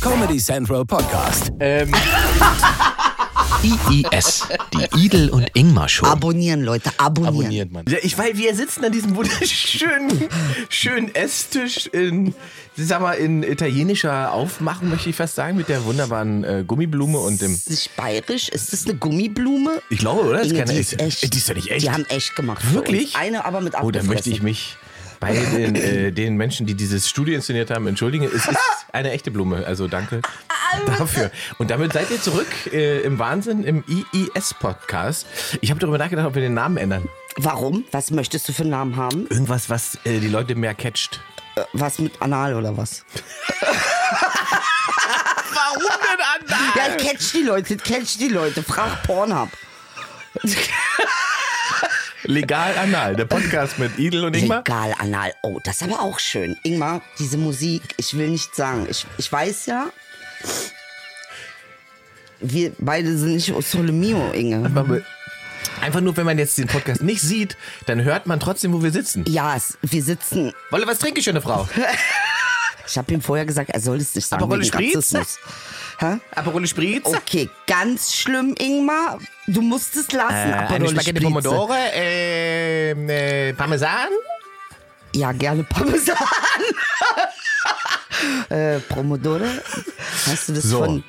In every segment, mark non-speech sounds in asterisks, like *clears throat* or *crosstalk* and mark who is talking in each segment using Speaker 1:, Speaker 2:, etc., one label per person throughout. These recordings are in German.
Speaker 1: Comedy Central Podcast.
Speaker 2: Ähm,
Speaker 3: IIS, die Idel und Ingmar Show.
Speaker 4: Abonnieren, Leute, abonnieren.
Speaker 2: abonniert man.
Speaker 5: Ja, ich weil wir sitzen an diesem wunderschönen schönen Esstisch in sag mal in italienischer Aufmachung möchte ich fast sagen mit der wunderbaren äh, Gummiblume und dem
Speaker 4: Ist das bayerisch? Ist das eine Gummiblume?
Speaker 5: Ich glaube, oder? Das
Speaker 4: Inge,
Speaker 5: kann-
Speaker 4: die ist
Speaker 5: äh,
Speaker 4: echt.
Speaker 5: Die ist doch nicht echt.
Speaker 4: Die haben echt gemacht. für Uns.
Speaker 5: Wirklich?
Speaker 4: Eine aber mit
Speaker 5: Oh, dann möchte ich mich bei den, äh, den Menschen, die dieses Studio inszeniert haben, entschuldigen. Es *laughs* ist eine echte Blume, also danke dafür. Und damit seid ihr zurück äh, im Wahnsinn im IIS-Podcast. Ich habe darüber nachgedacht, ob wir den Namen ändern.
Speaker 4: Warum? Was möchtest du für einen Namen haben?
Speaker 5: Irgendwas, was äh, die Leute mehr catcht.
Speaker 4: Äh, Was mit Anal oder
Speaker 5: *laughs*
Speaker 4: was?
Speaker 5: Warum denn anders?
Speaker 4: Ja, catch die Leute, catch die Leute. Frag Pornhub.
Speaker 5: Legal Anal, der Podcast mit Idel und Ingmar.
Speaker 4: Legal anal. Oh, das ist aber auch schön. Ingmar, diese Musik, ich will nicht sagen. Ich, ich weiß ja, wir beide sind nicht Sole Mio, Inge.
Speaker 5: Einfach nur, wenn man jetzt den Podcast nicht sieht, dann hört man trotzdem, wo wir sitzen.
Speaker 4: Ja, es- wir sitzen.
Speaker 5: Wolle, was trinke ich, schöne Frau?
Speaker 4: Ich habe ihm vorher gesagt, er soll es nicht sagen.
Speaker 5: Aber Rolle
Speaker 4: wegen
Speaker 5: Spritz?
Speaker 4: Rassismus. Hä?
Speaker 5: *laughs* Aperol Spritz?
Speaker 4: Okay, ganz schlimm, Ingmar. Du musst es lassen.
Speaker 5: Äh, eine
Speaker 4: Aperol
Speaker 5: Spaghetti
Speaker 4: Spritze.
Speaker 5: Pomodore, ähm, äh, Parmesan.
Speaker 4: Ja, gerne Parmesan. *laughs* äh, Promodore? Hast du das
Speaker 5: So.
Speaker 4: von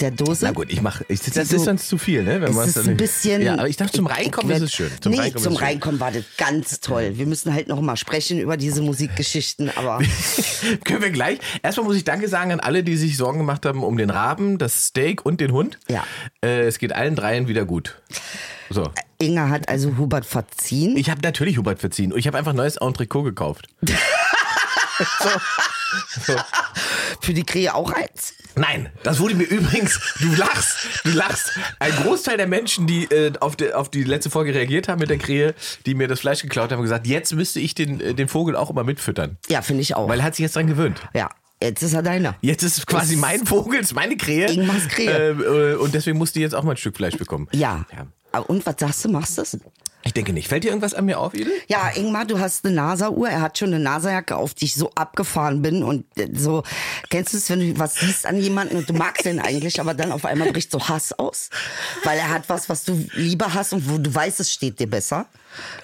Speaker 4: der Dose?
Speaker 5: Na gut, ich mache. Ich, das
Speaker 4: Du-
Speaker 5: ist sonst zu viel, ne? Wenn
Speaker 4: Es
Speaker 5: man's
Speaker 4: ist
Speaker 5: dann
Speaker 4: ein
Speaker 5: nicht-
Speaker 4: bisschen.
Speaker 5: Ja, aber ich dachte, zum Reinkommen
Speaker 4: werd-
Speaker 5: ist es schön.
Speaker 4: nee,
Speaker 5: Reinkommen
Speaker 4: zum
Speaker 5: ist es schön.
Speaker 4: Reinkommen war das ganz toll. Wir müssen halt noch mal sprechen über diese Musikgeschichten, aber
Speaker 5: *laughs* Können wir gleich. Erstmal muss ich Danke sagen an alle, die sich Sorgen gemacht haben um den Raben, das Steak und den Hund.
Speaker 4: Ja.
Speaker 5: Äh, es geht allen dreien wieder gut. So.
Speaker 4: Inga hat also Hubert verziehen.
Speaker 5: Ich habe natürlich Hubert verziehen und ich habe einfach neues Entricot gekauft.
Speaker 4: Für die Krähe auch eins.
Speaker 5: Nein, das wurde mir *laughs* übrigens, du lachst, du lachst. Ein Großteil der Menschen, die äh, auf, die, auf die letzte Folge reagiert haben mit der Krähe, die mir das Fleisch geklaut haben, haben gesagt, jetzt müsste ich den, äh, den Vogel auch immer mitfüttern.
Speaker 4: Ja, finde ich auch.
Speaker 5: Weil er hat sich jetzt dran gewöhnt.
Speaker 4: ja, jetzt ist er deiner.
Speaker 5: Jetzt ist es quasi mein Vogel, es ist meine Krähe.
Speaker 4: Ingmar's Krähe.
Speaker 5: Ähm, äh, und deswegen musste die jetzt auch mal ein Stück Fleisch bekommen.
Speaker 4: Ja. Aber Und was sagst du, machst du
Speaker 5: Ich denke nicht. Fällt dir irgendwas an mir auf, Idel?
Speaker 4: Ja, Ingmar, du hast eine NASA-Uhr. Er hat schon eine NASA-Jacke, auf die ich so abgefahren bin. Und äh, so, kennst du es, wenn du was siehst an jemanden und du magst den eigentlich, aber dann auf einmal bricht so Hass aus? Weil er hat was, was du lieber hast und wo du weißt, es steht dir besser.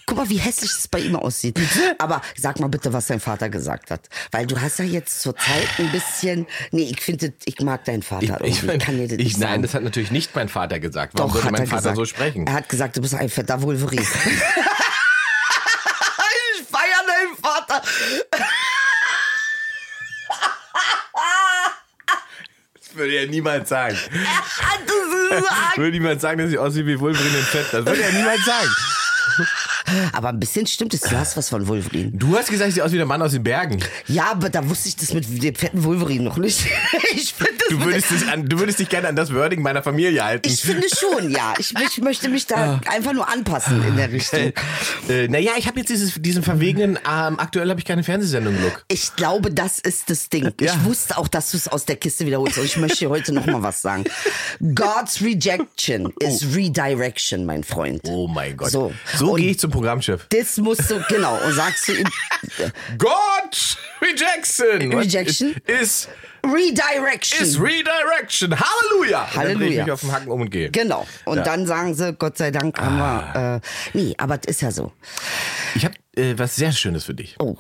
Speaker 4: Guck mal, wie hässlich es bei ihm aussieht. Aber sag mal bitte, was dein Vater gesagt hat. Weil du hast ja jetzt zur Zeit ein bisschen. Nee, ich finde, ich mag deinen Vater. irgendwie. kann dir das
Speaker 5: ich-
Speaker 4: nicht
Speaker 5: nein,
Speaker 4: sagen.
Speaker 5: das hat natürlich nicht mein Vater gesagt. Warum
Speaker 4: Doch,
Speaker 5: würde
Speaker 4: hat
Speaker 5: mein
Speaker 4: er
Speaker 5: Vater
Speaker 4: gesagt.
Speaker 5: so sprechen?
Speaker 4: Er hat gesagt, du bist ein fetter
Speaker 5: *laughs*
Speaker 4: Wolverine. ich feier deinen Vater.
Speaker 5: Das würde er niemals sagen.
Speaker 4: Das ist-
Speaker 5: *laughs* Würde niemand sagen, dass ich aussehe wie Wolverine im Fett. Das
Speaker 4: *laughs*
Speaker 5: würde er niemals sagen.
Speaker 4: Aber ein bisschen stimmt es. Du hast was von Wolverine.
Speaker 5: Du hast gesagt, ich sehe aus wie der Mann aus den Bergen.
Speaker 4: Ja, aber da wusste ich das mit dem fetten Wolverine noch nicht. *laughs* Ich finde das
Speaker 5: Du
Speaker 4: mit-
Speaker 5: würdest, dich an, du würdest dich gerne an das Wording meiner Familie halten.
Speaker 4: ich finde schon, ja. Ich, ich möchte mich da
Speaker 5: Ah.
Speaker 4: einfach nur anpassen in
Speaker 5: *laughs*
Speaker 4: der Richtung.
Speaker 5: äh, naja, ich habe jetzt dieses, diesen verwegenen, ähm, aktuell habe ich keine Fernsehsendung-Look.
Speaker 4: Ich glaube, das ist das Ding. Ich
Speaker 5: Ja.
Speaker 4: wusste auch, dass du es aus der Kiste wiederholst. Und ich möchte dir heute noch mal was sagen. God's Rejection is Redirection, mein Freund.
Speaker 5: Oh mein Gott.
Speaker 4: So.
Speaker 5: So,
Speaker 4: Und-
Speaker 5: gehe ich zum Programmchef.
Speaker 4: Das musst du, genau. Und sagst du ihm
Speaker 5: Gott! Rejection!
Speaker 4: Äh, Rejection?
Speaker 5: Ist,
Speaker 4: Redirection.
Speaker 5: ist Redirection! Halleluja! Und Dann drehe ich
Speaker 4: Halleluja.
Speaker 5: mich auf den Hacken um und gehe.
Speaker 4: genau. Und
Speaker 5: Ja. Ah.
Speaker 4: dann sagen sie, Gott sei Dank haben wir. Äh, nee, aber das ist ja so.
Speaker 5: Ich habe äh, was sehr Schönes für dich.
Speaker 4: Oh.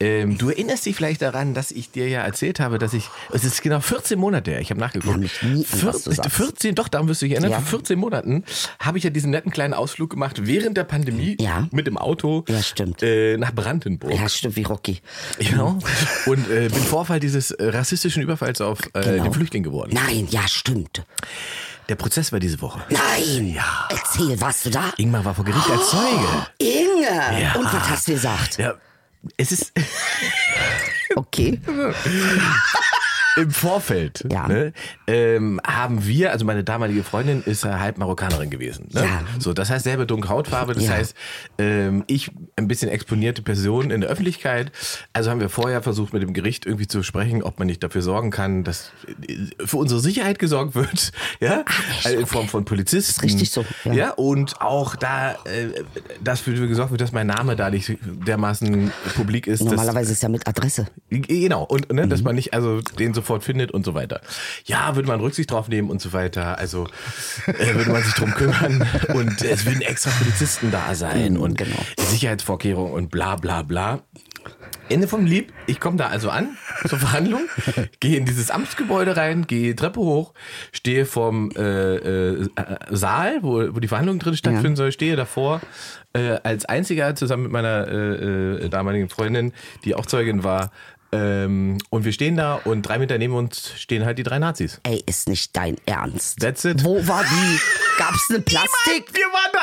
Speaker 5: Ähm, du erinnerst dich vielleicht daran, dass ich dir ja erzählt habe, dass ich, es ist genau 14 Monate her, ich habe nachgeguckt.
Speaker 4: mich nie an, was du sagst.
Speaker 5: 14, doch, daran wirst du dich erinnern.
Speaker 4: Ja.
Speaker 5: Vor 14 Monaten habe ich ja diesen netten kleinen Ausflug gemacht während der Pandemie
Speaker 4: Ja.
Speaker 5: mit dem Auto
Speaker 4: Ja, stimmt.
Speaker 5: Äh, nach Brandenburg.
Speaker 4: Ja, stimmt, wie Rocky.
Speaker 5: Genau. Und äh, bin Vorfall dieses äh, rassistischen Überfalls auf äh,
Speaker 4: Genau.
Speaker 5: den Flüchtling geworden.
Speaker 4: Nein, ja, stimmt.
Speaker 5: Der Prozess war diese Woche.
Speaker 4: Nein. Erzähl, warst du da?
Speaker 5: Ingmar war vor Gericht als Zeuge.
Speaker 4: Inge.
Speaker 5: Ja.
Speaker 4: Und was hast du gesagt?
Speaker 5: Ja, es
Speaker 4: *laughs*
Speaker 5: ist.
Speaker 4: Okay.
Speaker 5: im Vorfeld
Speaker 4: Ja.
Speaker 5: ne, ähm, haben wir, also meine damalige Freundin ist ja halb Marokkanerin gewesen. Ne?
Speaker 4: Ja.
Speaker 5: So, das heißt selbe dunkle Hautfarbe, das
Speaker 4: Ja.
Speaker 5: heißt ähm, ich ein bisschen exponierte Person in der Öffentlichkeit. Also haben wir vorher versucht mit dem Gericht irgendwie zu sprechen, ob man nicht dafür sorgen kann, dass äh, für unsere Sicherheit gesorgt wird, *laughs* ja, also in Form von Polizisten.
Speaker 4: Ist richtig so, ja.
Speaker 5: Ja, und auch da, äh, dass für gesorgt wird, dass mein Name da nicht dermaßen publik ist, dass
Speaker 4: Normalerweise ist ja mit Adresse.
Speaker 5: Genau, und ne, dass man nicht also den sofort findet und so weiter. Ja, würde man Rücksicht drauf nehmen und so weiter. Also äh, würde man sich drum kümmern und es würden extra Polizisten da sein und
Speaker 4: Genau.
Speaker 5: die Sicherheitsvorkehrungen und bla bla bla. Ende vom Lieb, ich komme da also an zur Verhandlung, gehe in dieses Amtsgebäude rein, gehe Treppe hoch, stehe vom äh, äh, Saal, wo, wo die Verhandlung drin stattfinden soll, stehe davor äh, als einziger zusammen mit meiner äh, äh, damaligen Freundin, die auch Zeugin war. Ähm, und wir stehen da und drei Meter neben uns stehen halt die drei Nazis.
Speaker 4: Ey, ist nicht dein Ernst.
Speaker 5: That's it.
Speaker 4: Wo war die? Gab's eine Plastik?
Speaker 5: Wir waren da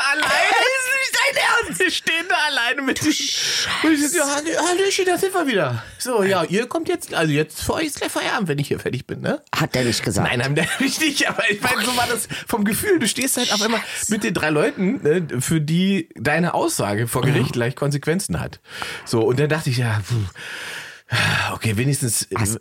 Speaker 5: alleine. ist nicht dein Ernst. Wir stehen da alleine mit dem. Und ich so, ja, Hallö- Hallöchen, da sind wir wieder. So, ja, ihr kommt jetzt, also jetzt für euch ist gleich Feierabend, wenn ich hier fertig bin, ne?
Speaker 4: Hat der nicht gesagt.
Speaker 5: Nein, *laughs* haben natürlich nicht, aber ich meine, so war das vom Gefühl. Du stehst halt auf einmal mit den drei Leuten, ne, für die deine Aussage vor Gericht gleich Konsequenzen hat. So, und dann dachte ich, ja, puh, okay, wenigstens äh,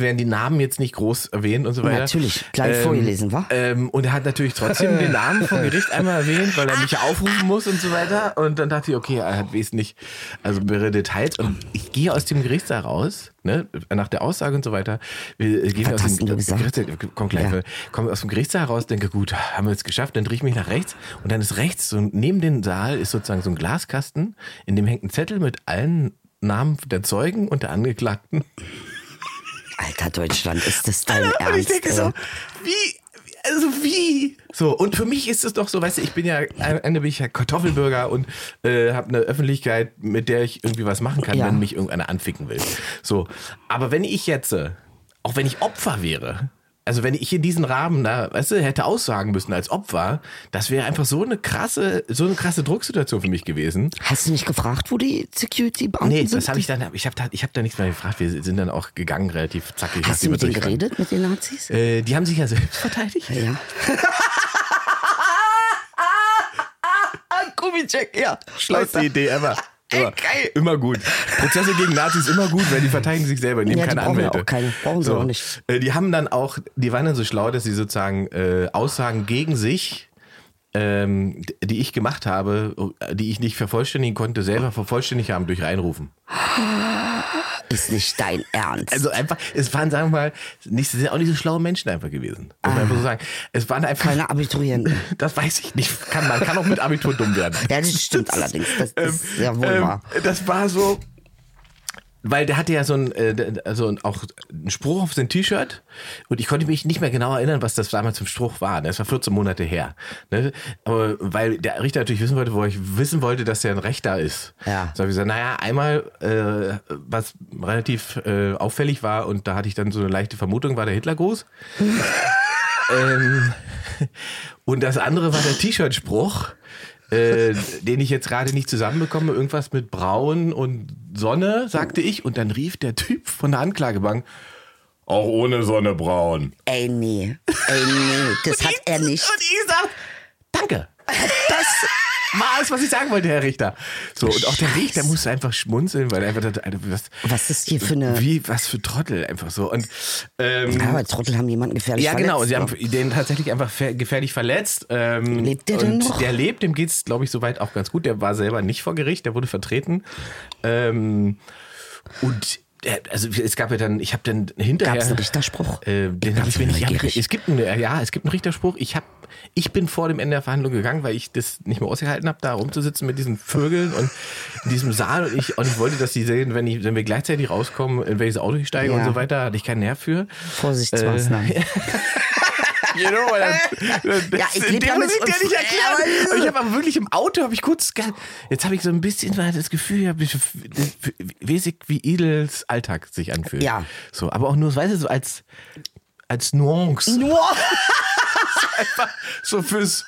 Speaker 5: werden die Namen jetzt nicht groß erwähnt und so weiter.
Speaker 4: Natürlich, gleich vorgelesen, wa?
Speaker 5: Ähm, und er hat natürlich trotzdem den Namen vom Gericht einmal erwähnt, weil er mich ja aufrufen muss und so weiter. Und dann dachte ich, okay, er hat wesentlich, also mehrere Details. Und ich gehe aus dem Gerichtssaal raus, ne, nach der Aussage und so weiter. Wir äh, gehen
Speaker 4: Was
Speaker 5: aus
Speaker 4: hast denn
Speaker 5: dem,
Speaker 4: du gesagt?
Speaker 5: Gerichtssaal- komm gleich,
Speaker 4: Ja.
Speaker 5: wir- komm aus dem Gerichtssaal raus, denke, gut, haben wir es geschafft, dann drehe ich mich nach rechts. Und dann ist rechts, so neben dem Saal, ist sozusagen so ein Glaskasten, in dem hängt ein Zettel mit allen Namen der Zeugen und der Angeklagten.
Speaker 4: Alter Deutschland, ist das dein Ernst?
Speaker 5: *laughs*
Speaker 4: äh?
Speaker 5: Und ich denke so,
Speaker 4: ey?
Speaker 5: wie, wie- also wie? So, und für mich ist es doch so, weißt du, ich bin ja, am Ende bin ich ja Kartoffelbürger und äh, habe eine Öffentlichkeit, mit der ich irgendwie was machen kann,
Speaker 4: Ja.
Speaker 5: wenn mich irgendeiner anficken will. So, aber wenn ich jetzt, äh, auch wenn ich Opfer wäre, also wenn ich in diesen Rahmen da, weißt du, hätte aussagen müssen als Opfer, das wäre einfach so eine krasse, so eine krasse Drucksituation für mich gewesen.
Speaker 4: Hast du nicht gefragt, wo die Security-Beamten
Speaker 5: Nee,
Speaker 4: sind?
Speaker 5: das habe ich dann, ich habe da, ich habe da nichts mehr gefragt. Wir sind dann auch gegangen, relativ zackig.
Speaker 4: Hast du
Speaker 5: nachdem wir
Speaker 4: mit denen
Speaker 5: durch waren.
Speaker 4: geredet, mit den Nazis?
Speaker 5: Äh, die haben sich ja selbst verteidigt.
Speaker 4: Ja.
Speaker 5: Ah,
Speaker 4: Gummicheck, ja.
Speaker 5: Schlauste Idee ever.
Speaker 4: Ey,
Speaker 5: Immer,
Speaker 4: geil.
Speaker 5: immer gut. Prozesse gegen Nazis immer gut, weil die verteidigen sich selber, nehmen
Speaker 4: Ja, die
Speaker 5: keine
Speaker 4: brauchen ja
Speaker 5: Anwälte.
Speaker 4: auch keine. Brauchen sie auch nicht.
Speaker 5: Äh, Die haben dann auch, die waren dann so schlau, dass sie sozusagen äh, Aussagen gegen sich, ähm, d- die ich gemacht habe, die ich nicht vervollständigen konnte, selber vervollständigt haben durch Reinrufen.
Speaker 4: Ist nicht dein Ernst.
Speaker 5: Also einfach, es waren, sagen wir mal, nicht, sind auch nicht so schlaue Menschen einfach gewesen. Muss man einfach so sagen. Es waren einfach,
Speaker 4: Ah. Keine Abiturienten.
Speaker 5: *laughs* das weiß ich nicht. Kann, man kann auch mit Abitur dumm werden.
Speaker 4: Ja, das
Speaker 5: *laughs*
Speaker 4: stimmt allerdings. Das ist sehr wohl
Speaker 5: ähm,
Speaker 4: wahr.
Speaker 5: Das war so. Weil der hatte ja so ein, äh, der- also ein- auch einen Spruch auf sein T-Shirt und ich konnte mich nicht mehr genau erinnern, was das damals zum Spruch war. ne? Das war 14 Monate her. Ne? Aber weil der Richter natürlich wissen wollte, wo ich wissen wollte, dass er ein Rechter ist.
Speaker 4: Ja.
Speaker 5: So habe ich gesagt, naja, einmal, äh, was relativ äh, auffällig war und da hatte ich dann so eine leichte Vermutung, war der Hitlergruß. ähm, und das andere war der T-Shirt-Spruch, äh, den ich jetzt gerade nicht zusammenbekomme. Irgendwas mit Braun und Sonne, sagte ich. Und dann rief der Typ von der Anklagebank, auch ohne Sonne braun.
Speaker 4: Ey, nee. Ey, nee. Das hat er nicht.
Speaker 5: Und ich sag, danke. Das war es, was ich sagen wollte, Herr Richter. So, und auch der Richter musste einfach schmunzeln, weil er einfach dachte, Alter, was,
Speaker 4: Was ist hier für eine-
Speaker 5: Wie, was für Trottel einfach so. Und, ähm,
Speaker 4: Aber Trottel haben jemanden gefährlich
Speaker 5: ja, genau.
Speaker 4: verletzt,
Speaker 5: Sie haben
Speaker 4: glaub ich.
Speaker 5: den tatsächlich einfach ver- gefährlich verletzt. Ähm,
Speaker 4: Lebt der denn
Speaker 5: und
Speaker 4: noch?
Speaker 5: Der lebt, dem geht's, glaube ich, soweit auch ganz gut. Der war selber nicht vor Gericht, der wurde vertreten. Ähm, und der, also es gab ja dann, ich habe dann hinterher.
Speaker 4: ne? Gab's einen Richterspruch?
Speaker 5: Äh,
Speaker 4: Ich
Speaker 5: den
Speaker 4: bin
Speaker 5: habe ich
Speaker 4: so
Speaker 5: mir nicht
Speaker 4: neugierig.
Speaker 5: angeguckt. Es gibt einen, ja, es gibt einen Richterspruch. Ich hab, ich bin vor dem Ende der Verhandlung gegangen, weil ich das nicht mehr ausgehalten habe, da rumzusitzen mit diesen Vögeln und in diesem Saal. Und ich, und ich wollte, dass die sehen, wenn, ich, wenn wir gleichzeitig rauskommen, in welches Auto ich steige
Speaker 4: Ja.
Speaker 5: und so weiter, hatte ich keinen Nerv für.
Speaker 4: Vorsichtsmaßnahmen.
Speaker 5: äh, *laughs* You know, weil dann,
Speaker 4: *laughs* Ja, ich leb ja mit
Speaker 5: muss ich
Speaker 4: uns.
Speaker 5: dir nicht
Speaker 4: Ja,
Speaker 5: erklären.
Speaker 4: aber-
Speaker 5: Und ich habe aber wirklich im Auto, habe ich kurz, ge- jetzt habe ich so ein bisschen mal das Gefühl, hab ich, weiß ich, wie Idels Alltag sich anfühlt.
Speaker 4: Ja.
Speaker 5: So, aber auch nur, weißt du, so als,
Speaker 4: *laughs*
Speaker 5: als Nuance.
Speaker 4: Nur
Speaker 5: Einfach so fürs,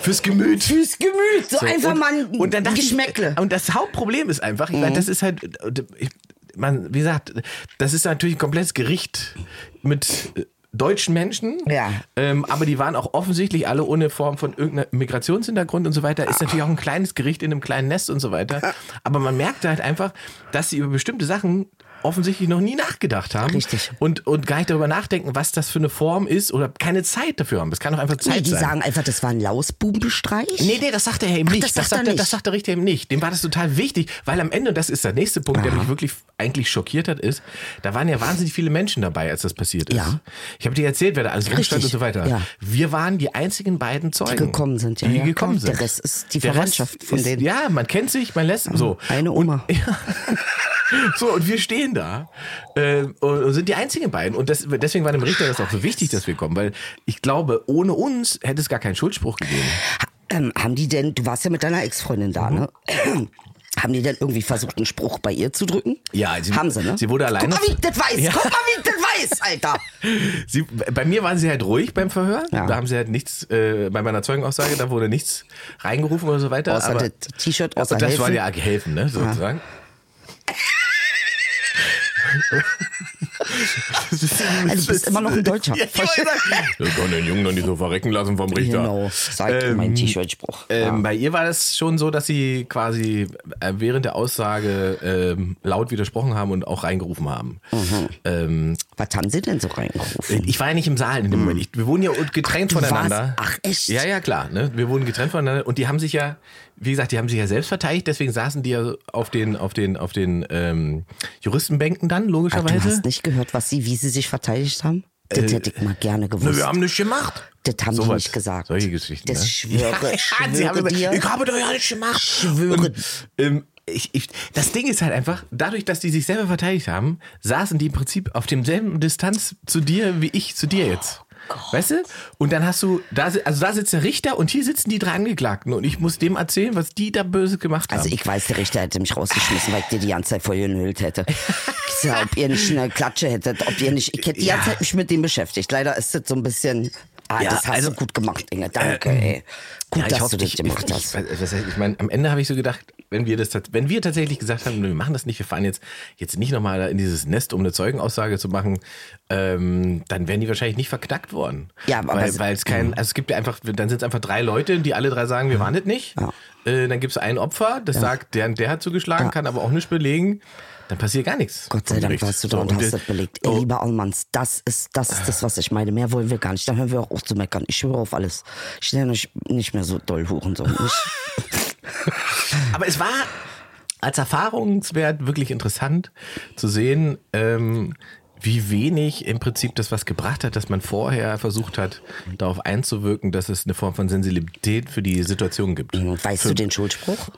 Speaker 5: fürs Gemüt.
Speaker 4: fürs Gemüt. So,
Speaker 5: So,
Speaker 4: einfach
Speaker 5: und-
Speaker 4: mal ein
Speaker 5: und dann dachte
Speaker 4: Geschmäckle. Mhm.
Speaker 5: Ich, äh, und das Hauptproblem ist einfach, ich meine, das ist halt, und ich, man, wie gesagt, das ist natürlich ein komplettes Gericht mit äh, deutschen Menschen,
Speaker 4: Ja.
Speaker 5: ähm, aber die waren auch offensichtlich alle ohne Form von irgendeinem Migrationshintergrund und so weiter. Ist natürlich auch
Speaker 4: *laughs*
Speaker 5: ein kleines Gericht in einem kleinen Nest und so weiter. Aber man merkte halt einfach, dass sie über bestimmte Sachen offensichtlich noch nie nachgedacht haben.
Speaker 4: Richtig.
Speaker 5: Und, und gar nicht darüber nachdenken, was das für eine Form ist oder keine Zeit dafür haben. Das kann doch einfach Zeit
Speaker 4: Nee, die
Speaker 5: sein.
Speaker 4: sagen einfach, das war ein Lausbubenstreich.
Speaker 5: Nee, nee, das sagte er eben nicht.
Speaker 4: das
Speaker 5: das,
Speaker 4: sagt er
Speaker 5: sagte,
Speaker 4: nicht.
Speaker 5: das sagte Richter eben nicht. Dem war das total wichtig, weil am Ende, und das ist der nächste Punkt, der mich wirklich eigentlich schockiert hat, ist, da waren ja wahnsinnig viele Menschen dabei, als das passiert ist.
Speaker 4: Ja.
Speaker 5: Ich habe dir erzählt, wer da alles rumstand und
Speaker 4: Richtig,
Speaker 5: so weiter.
Speaker 4: ja.
Speaker 5: Wir waren die einzigen beiden Zeugen.
Speaker 4: gekommen sind, ja,
Speaker 5: Die
Speaker 4: ja,
Speaker 5: gekommen
Speaker 4: klar.
Speaker 5: sind.
Speaker 4: Der Rest ist die
Speaker 5: Rest
Speaker 4: Verwandtschaft von
Speaker 5: ist,
Speaker 4: denen.
Speaker 5: Ja, man kennt sich, man lässt so.
Speaker 4: Eine Oma.
Speaker 5: *laughs* So, und wir stehen da äh, und sind die einzigen beiden. Und das, deswegen war dem Richter das auch so wichtig, dass wir kommen, weil ich glaube, ohne uns hätte es gar keinen Schuldspruch gegeben.
Speaker 4: Ähm, haben die denn, du warst ja mit deiner Ex-Freundin da, ne? *clears throat* Haben die denn irgendwie versucht, einen Spruch bei ihr zu drücken?
Speaker 5: Ja, sie-
Speaker 4: haben sie, ne?
Speaker 5: sie wurde alleine-
Speaker 4: Guck mal, wie ich das weiß!
Speaker 5: Ja.
Speaker 4: Guck mal, wie ich das weiß,
Speaker 5: *laughs*
Speaker 4: Alter!
Speaker 5: Sie, bei mir waren sie halt ruhig beim Verhör.
Speaker 4: Ja.
Speaker 5: Da haben sie halt nichts, äh, bei meiner Zeugenaussage, da wurde nichts reingerufen oder so weiter.
Speaker 4: Außer
Speaker 5: aber,
Speaker 4: das T-Shirt, außer
Speaker 5: Und das war
Speaker 4: helfen.
Speaker 5: ja helfen, ne, sozusagen.
Speaker 4: *laughs* Also, du bist immer noch ein Deutscher.
Speaker 5: *laughs* Ja, ich wollte sagen, das kann den Jungen doch nicht so verrecken lassen vom Richter.
Speaker 4: Genau, sagt
Speaker 5: Ähm,
Speaker 4: mein T-Shirt-Spruch.
Speaker 5: Ähm, Bei ihr war das schon so, dass sie quasi äh, während der Aussage ähm, laut widersprochen haben und auch reingerufen haben.
Speaker 4: Mhm.
Speaker 5: Ähm,
Speaker 4: Was haben sie denn so reingerufen?
Speaker 5: ich war ja nicht im Saal in dem Moment. Ich, wir wurden ja getrennt
Speaker 4: Ach, du
Speaker 5: voneinander.
Speaker 4: warst- ach, echt?
Speaker 5: Ja, ja, klar. Ne? Wir wurden getrennt voneinander und die haben sich ja, wie gesagt, die haben sich ja selbst verteidigt. Deswegen saßen die ja auf den, auf den, auf den ähm, Juristenbänken dann
Speaker 4: Ach, Ah, du
Speaker 5: logischerweise.
Speaker 4: hast nicht gehört, was sie, wie sie sich verteidigt haben? Das hätte ich mal gerne
Speaker 5: Ne,
Speaker 4: gewusst.
Speaker 5: wir haben nichts gemacht.
Speaker 4: das haben
Speaker 5: So
Speaker 4: die
Speaker 5: was.
Speaker 4: nicht gesagt.
Speaker 5: Solche Geschichten.
Speaker 4: Das
Speaker 5: ne?
Speaker 4: schwöre,
Speaker 5: *laughs* Ja,
Speaker 4: schwöre
Speaker 5: sie haben gesagt,
Speaker 4: dir.
Speaker 5: Ich habe doch ja nichts gemacht.
Speaker 4: Schwöre.
Speaker 5: Und, ähm, ich, ich, das Ding ist halt einfach, dadurch, dass die sich selber verteidigt haben, saßen die im Prinzip auf demselben Distanz zu dir wie ich zu dir jetzt. Weißt du? Und dann hast du, da, si- also da sitzt der Richter und hier sitzen die drei Angeklagten und ich muss dem erzählen, was die da böse gemacht haben.
Speaker 4: Also ich weiß, der Richter hätte mich rausgeschmissen, weil ich dir die ganze Zeit voll genölt
Speaker 5: *laughs*
Speaker 4: hätte. Ich sag, ob ihr nicht eine Klatsche hättet, ob ihr nicht. Ich hätte die ganze Zeit mich mit dem beschäftigt. Leider ist das so ein bisschen. Ah,
Speaker 5: Ja,
Speaker 4: das hast
Speaker 5: also-
Speaker 4: du gut gemacht, Inge. Danke, ey. Gut,
Speaker 5: Ja, ich
Speaker 4: dass
Speaker 5: hoffe,
Speaker 4: du das
Speaker 5: ich-
Speaker 4: gemacht
Speaker 5: ich,
Speaker 4: hast.
Speaker 5: Ich, was heißt, ich meine, am Ende habe ich so gedacht, wenn wir das, tats- wenn wir tatsächlich gesagt haben, wir machen das nicht, wir fahren jetzt jetzt nicht nochmal in dieses Nest, um eine Zeugenaussage zu machen, ähm, dann wären die wahrscheinlich nicht verknackt worden.
Speaker 4: Ja, aber Mhm.
Speaker 5: weil,
Speaker 4: es-
Speaker 5: weil es kein, also es gibt ja einfach, dann sind es einfach drei Leute, die alle drei sagen, wir waren das nicht. Äh, dann gibt es ein Opfer, das sagt, der, der hat zugeschlagen, kann aber auch nicht belegen. Dann passiert gar nichts.
Speaker 4: Gott sei
Speaker 5: vom
Speaker 4: Dank
Speaker 5: Gericht.
Speaker 4: warst du da
Speaker 5: So,
Speaker 4: und hast
Speaker 5: äh,
Speaker 4: das belegt. Ey, Lieber Allmanns, das ist, das ist das, was ich meine. Mehr wollen wir gar nicht. Dann hören wir auch auf zu meckern. Ich schwöre auf alles. Ich nenne euch nicht mehr so doll Hurensohn.
Speaker 5: *laughs*
Speaker 4: Ich,
Speaker 5: Aber es war als Erfahrungswert wirklich interessant zu sehen, ähm, wie wenig im Prinzip das was gebracht hat, dass man vorher versucht hat, darauf einzuwirken, dass es eine Form von Sensibilität für die Situation gibt.
Speaker 4: Hm, weißt du den Schuldspruch?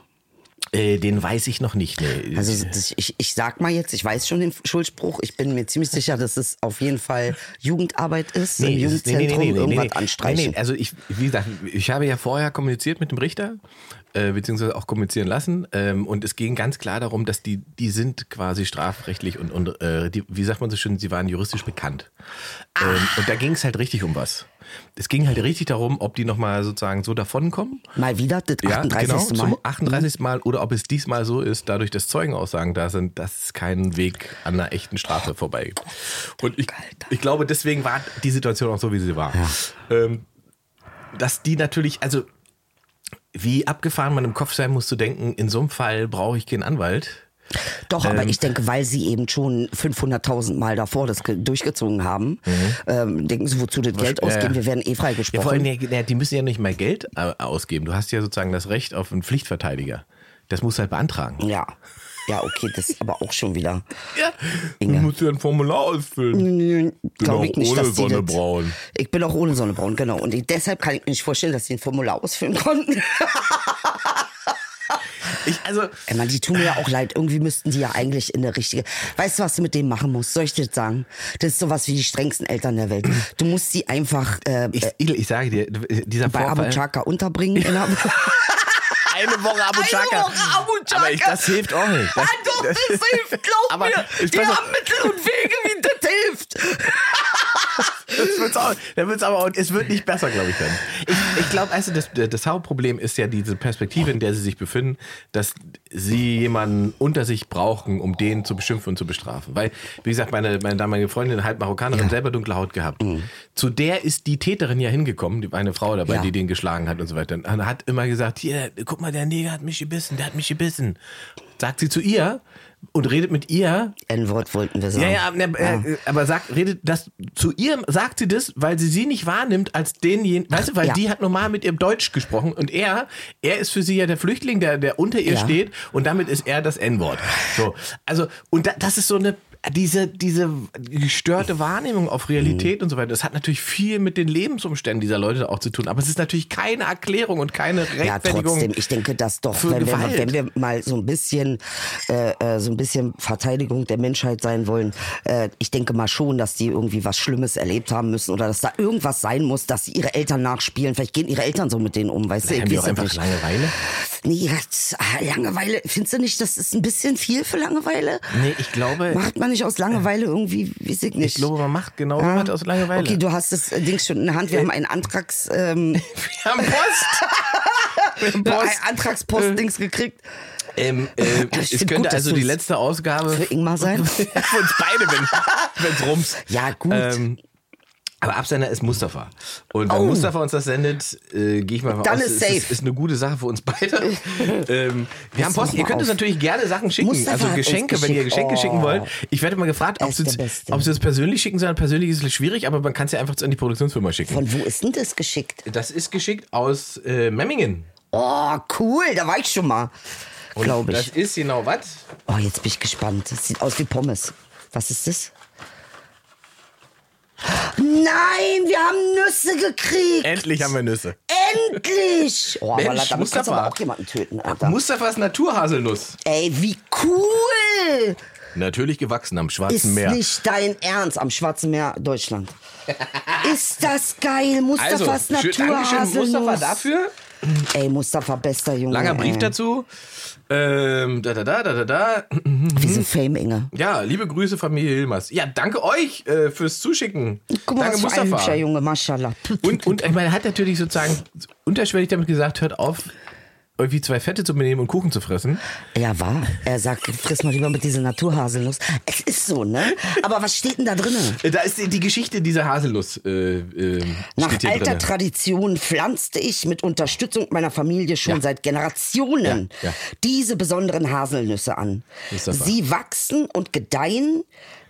Speaker 5: Äh, den weiß ich noch nicht. Nee.
Speaker 4: Also das, ich, ich sag mal jetzt, ich weiß schon den Schuldspruch, ich bin mir ziemlich sicher, dass es auf jeden Fall Jugendarbeit ist, im
Speaker 5: das ist-
Speaker 4: Jugendzentrum irgendwas
Speaker 5: nee, nee.
Speaker 4: anstreichen.
Speaker 5: Nee, nee, Also ich, wie gesagt, ich habe ja vorher kommuniziert mit dem Richter, äh, beziehungsweise auch kommunizieren lassen. Ähm, und es ging ganz klar darum, dass die, die sind quasi strafrechtlich und, und äh, die, wie sagt man so schön, sie waren juristisch bekannt. Ähm, und da ging es halt richtig um was. Es ging halt richtig darum, ob die nochmal sozusagen so davonkommen
Speaker 4: Mal wieder, das 38.
Speaker 5: äh, ja, genau,
Speaker 4: Mal.
Speaker 5: Zum 38. Mal oder ob es diesmal so ist, dadurch, dass Zeugenaussagen da sind, dass es keinen Weg an einer echten Strafe vorbei gibt. Und ich, ich glaube, deswegen war die Situation auch so, wie sie war. Ähm, dass die natürlich, also wie abgefahren man im Kopf sein muss, zu denken, in so einem Fall brauche ich keinen Anwalt.
Speaker 4: Doch, aber
Speaker 5: ähm,
Speaker 4: ich denke, weil sie eben schon 500.000 Mal davor das ge- durchgezogen haben, ähm, denken sie, wozu das Geld
Speaker 5: Mhm. ja,
Speaker 4: ausgeben,
Speaker 5: ja.
Speaker 4: wir werden eh
Speaker 5: Ja, vor allem,
Speaker 4: freigesprochen.
Speaker 5: ja, ja, die müssen ja nicht mal Geld äh, ausgeben. Du hast ja sozusagen das Recht auf einen Pflichtverteidiger. Das musst du halt beantragen.
Speaker 4: ja. ja, okay, das ist aber auch schon wieder.
Speaker 5: Ja. Du musst ja ein Formular ausfüllen.
Speaker 4: Glaube
Speaker 5: auch
Speaker 4: ich nicht,
Speaker 5: ohne
Speaker 4: dass die
Speaker 5: Sonne
Speaker 4: das,
Speaker 5: braun.
Speaker 4: Ich bin auch ohne Sonne braun, genau. Und ich, deshalb kann ich mir nicht vorstellen, dass sie ein Formular ausfüllen konnten.
Speaker 5: Ich, also,
Speaker 4: Ey, Mann, die tun mir ja auch leid. Irgendwie müssten die ja eigentlich in eine richtige. Weißt du, was du mit denen machen musst? Soll ich dir das sagen? Das ist sowas wie die strengsten Eltern der Welt. Du musst sie einfach äh,
Speaker 5: Ich, Idel, ich sage dir, dieser
Speaker 4: bei Abu
Speaker 5: Vorfall.
Speaker 4: Chaka unterbringen. In
Speaker 5: *laughs*
Speaker 4: Abu
Speaker 5: eine Woche Abu
Speaker 4: Eine
Speaker 5: Chaka.
Speaker 4: Woche Abu Chaka.
Speaker 5: Aber ich, das hilft auch nicht. Das,
Speaker 4: Ah, doch,
Speaker 5: *laughs*
Speaker 4: das hilft, glaub
Speaker 5: Aber
Speaker 4: mir.
Speaker 5: ist
Speaker 4: Die
Speaker 5: besser-
Speaker 4: haben Mittel und Wege, wie das
Speaker 5: *laughs*
Speaker 4: hilft.
Speaker 5: das wird's auch, dann wird's aber auch, es wird nicht besser, glaube ich dann. Ich, ich glaube, also das, das Hauptproblem ist ja diese Perspektive, in der sie sich befinden, dass sie jemanden unter sich brauchen, um den zu beschimpfen und zu bestrafen. Weil, wie gesagt, meine, meine damalige Freundin, halb Marokkanerin, selber dunkle Haut gehabt. zu der ist die Täterin ja hingekommen, die- eine Frau dabei,
Speaker 4: Ja.
Speaker 5: die den geschlagen hat und so weiter. Und hat immer gesagt, hier, guck mal, der Neger hat mich gebissen, der hat mich gebissen. Sagt sie zu ihr und redet mit ihr
Speaker 4: N-Wort wollten wir sagen.
Speaker 5: ja, ja, ne, äh, äh, aber sagt, redet das zu ihr, sagt sie das, weil sie sie nicht wahrnimmt als denjenigen, weißt du, weil
Speaker 4: Ja.
Speaker 5: die hat normal mit ihrem Deutsch gesprochen und er, er ist für sie ja der Flüchtling, der, der unter ihr
Speaker 4: Ja.
Speaker 5: steht und damit ist er das N-Wort. So, also, und da, das ist so eine, diese, diese gestörte Wahrnehmung auf
Speaker 4: Mhm.
Speaker 5: Realität und so weiter, das hat natürlich viel mit den Lebensumständen dieser Leute auch zu tun, aber es ist natürlich keine Erklärung und keine
Speaker 4: Ja,
Speaker 5: Rechtfertigung.
Speaker 4: trotzdem, ich denke, dass doch,
Speaker 5: für
Speaker 4: wenn wir,
Speaker 5: Gewalt.
Speaker 4: wenn wir mal so ein bisschen, äh, äh, so ein bisschen Verteidigung der Menschheit sein wollen, äh, ich denke mal schon, dass die irgendwie was Schlimmes erlebt haben müssen oder dass da irgendwas sein muss, dass sie ihre Eltern nachspielen. Vielleicht gehen ihre Eltern so mit denen um, weißt du?
Speaker 5: haben
Speaker 4: ich
Speaker 5: die
Speaker 4: weiß
Speaker 5: auch
Speaker 4: es
Speaker 5: einfach
Speaker 4: nicht.
Speaker 5: Langeweile?
Speaker 4: Nee, das, ah, Langeweile, findest du nicht, das ist ein bisschen viel für Langeweile?
Speaker 5: Nee, ich glaube- äh,
Speaker 4: Macht man nicht aus Langeweile irgendwie, weiß ich
Speaker 5: Ich
Speaker 4: nicht.
Speaker 5: glaube, man macht genau
Speaker 4: Ah.
Speaker 5: was aus Langeweile.
Speaker 4: Okay, du hast das äh, Ding schon in der Hand. Wir haben einen Antrags, ähm,
Speaker 5: Wir
Speaker 4: *laughs*
Speaker 5: haben Post. Wir haben *laughs* Post.
Speaker 4: ein Antragspost-Dings gekriegt.
Speaker 5: Ähm, äh,
Speaker 4: Ich
Speaker 5: es
Speaker 4: find gut,
Speaker 5: könnte
Speaker 4: dass
Speaker 5: also
Speaker 4: du
Speaker 5: die
Speaker 4: es-
Speaker 5: letzte Ausgabe
Speaker 4: Für Ingmar sein?
Speaker 5: *laughs* für uns beide, wenn es rums.
Speaker 4: Ja, gut.
Speaker 5: Ähm, aber Absender ist Mustafa. Und wenn
Speaker 4: Oh.
Speaker 5: Mustafa uns das sendet, äh, gehe ich mal von
Speaker 4: Dann
Speaker 5: aus,
Speaker 4: ist
Speaker 5: es
Speaker 4: safe.
Speaker 5: Ist, ist eine gute Sache für
Speaker 4: *laughs*
Speaker 5: uns beide. ähm, wir haben Post.
Speaker 4: noch
Speaker 5: Ihr
Speaker 4: mal
Speaker 5: könnt uns
Speaker 4: auf.
Speaker 5: natürlich gerne Sachen schicken.
Speaker 4: Mustafa
Speaker 5: also
Speaker 4: hat uns
Speaker 5: Geschenke, wenn ihr
Speaker 4: geschickt.
Speaker 5: Geschenke
Speaker 4: Oh.
Speaker 5: schicken wollt. Ich werde mal gefragt, ob
Speaker 4: ist
Speaker 5: sie
Speaker 4: der Beste.
Speaker 5: es persönlich schicken sollen. Persönlich ist es schwierig, aber man kann es ja einfach an die Produktionsfirma schicken.
Speaker 4: Von wo ist denn das geschickt?
Speaker 5: das ist geschickt aus äh, Memmingen.
Speaker 4: Oh, cool, da war ich schon mal.
Speaker 5: Und
Speaker 4: Glaube
Speaker 5: Das
Speaker 4: ich.
Speaker 5: ist genau was.
Speaker 4: Oh, jetzt bin ich gespannt. Das sieht aus wie Pommes. Was ist das? Nein, wir haben Nüsse gekriegt.
Speaker 5: Endlich haben wir Nüsse.
Speaker 4: Endlich! Oh, aber
Speaker 5: Mensch,
Speaker 4: damit kannst du
Speaker 5: Mustafa.
Speaker 4: aber auch jemanden töten, Alter.
Speaker 5: Mustafas Naturhaselnuss.
Speaker 4: Ey, wie cool!
Speaker 5: Natürlich gewachsen am
Speaker 4: Ist
Speaker 5: Schwarzen Meer.
Speaker 4: nicht dein Ernst am Schwarzen Meer
Speaker 5: *laughs*
Speaker 4: Deutschland. ist das geil,
Speaker 5: Also,
Speaker 4: Mustafas
Speaker 5: schön- Dankeschön,
Speaker 4: Naturhaselnuss.
Speaker 5: Mustafa, dafür.
Speaker 4: Ey, Mustafa, bester Junge.
Speaker 5: Langer Brief
Speaker 4: ey.
Speaker 5: dazu. Ähm, da, da, da, da, da, da.
Speaker 4: Wir
Speaker 5: Hm?
Speaker 4: sind Fame-Inge.
Speaker 5: Ja, liebe Grüße, Familie Hilmers. Ja, danke euch äh, fürs Zuschicken.
Speaker 4: Guck mal,
Speaker 5: danke,
Speaker 4: was für ein hübscher Junge, Maschallah.
Speaker 5: Und, und ich meine, er hat natürlich sozusagen unterschwellig damit gesagt, hört auf, irgendwie zwei Fette zu benehmen und Kuchen zu fressen.
Speaker 4: Ja, wahr. Er sagt, friss mal lieber mit dieser Naturhaselnuss. Es ist so, ne? Aber was steht denn da drinnen?
Speaker 5: Äh, Da ist die, die Geschichte dieser Haselnuss. Äh, äh,
Speaker 4: Nach
Speaker 5: steht hier
Speaker 4: alter
Speaker 5: drinne.
Speaker 4: Tradition pflanzte ich mit Unterstützung meiner Familie schon
Speaker 5: Ja.
Speaker 4: seit Generationen
Speaker 5: Ja, ja.
Speaker 4: diese besonderen Haselnüsse an.
Speaker 5: Mustafa.
Speaker 4: Sie wachsen und gedeihen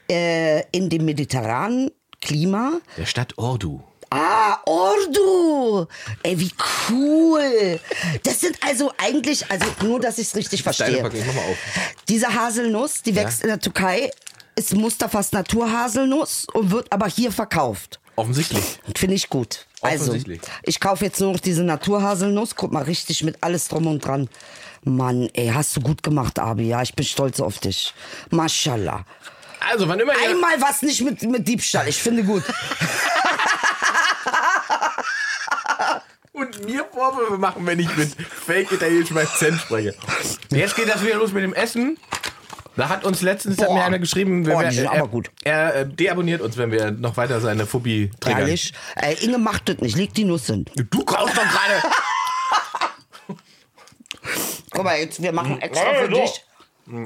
Speaker 4: äh, in dem mediterranen Klima.
Speaker 5: Der Stadt Ordu.
Speaker 4: Ah, Ordu! Ey, wie cool! Das sind also eigentlich, also nur, dass ich es richtig
Speaker 5: Deine
Speaker 4: verstehe.
Speaker 5: Packung, ich mach mal auf.
Speaker 4: Diese Haselnuss, die wächst in der Türkei, ist Mustafas Naturhaselnuss und wird aber hier verkauft.
Speaker 5: Offensichtlich.
Speaker 4: Finde ich gut. Also,
Speaker 5: Offensichtlich.
Speaker 4: ich kaufe jetzt nur noch diese Naturhaselnuss. Guck mal, richtig mit alles drum und dran. Mann, ey, hast du gut gemacht, Abi. Ja, ich bin stolz auf dich. Mashallah.
Speaker 5: Also, wann immer ihr.
Speaker 4: Einmal was nicht mit, mit Diebstahl. Ich finde
Speaker 5: *laughs*
Speaker 4: gut.
Speaker 5: und mir Vorwürfe machen, wenn ich mit Fake Italienisch meinen Cent spreche. Jetzt geht das wieder los mit dem Essen. Da hat uns letztens hat
Speaker 4: Boah.
Speaker 5: mir einer geschrieben,
Speaker 4: Boah,
Speaker 5: wir-
Speaker 4: die sind
Speaker 5: er,
Speaker 4: aber gut.
Speaker 5: er äh, deabonniert uns, wenn wir noch weiter seine Phobie triggern.
Speaker 4: Ehrlich. Ey, Inge macht das nicht. Leg die Nuss hin.
Speaker 5: Du kaufst doch gerade. *laughs*
Speaker 4: Guck mal, jetzt, wir
Speaker 5: Hm.
Speaker 4: machen extra für dich.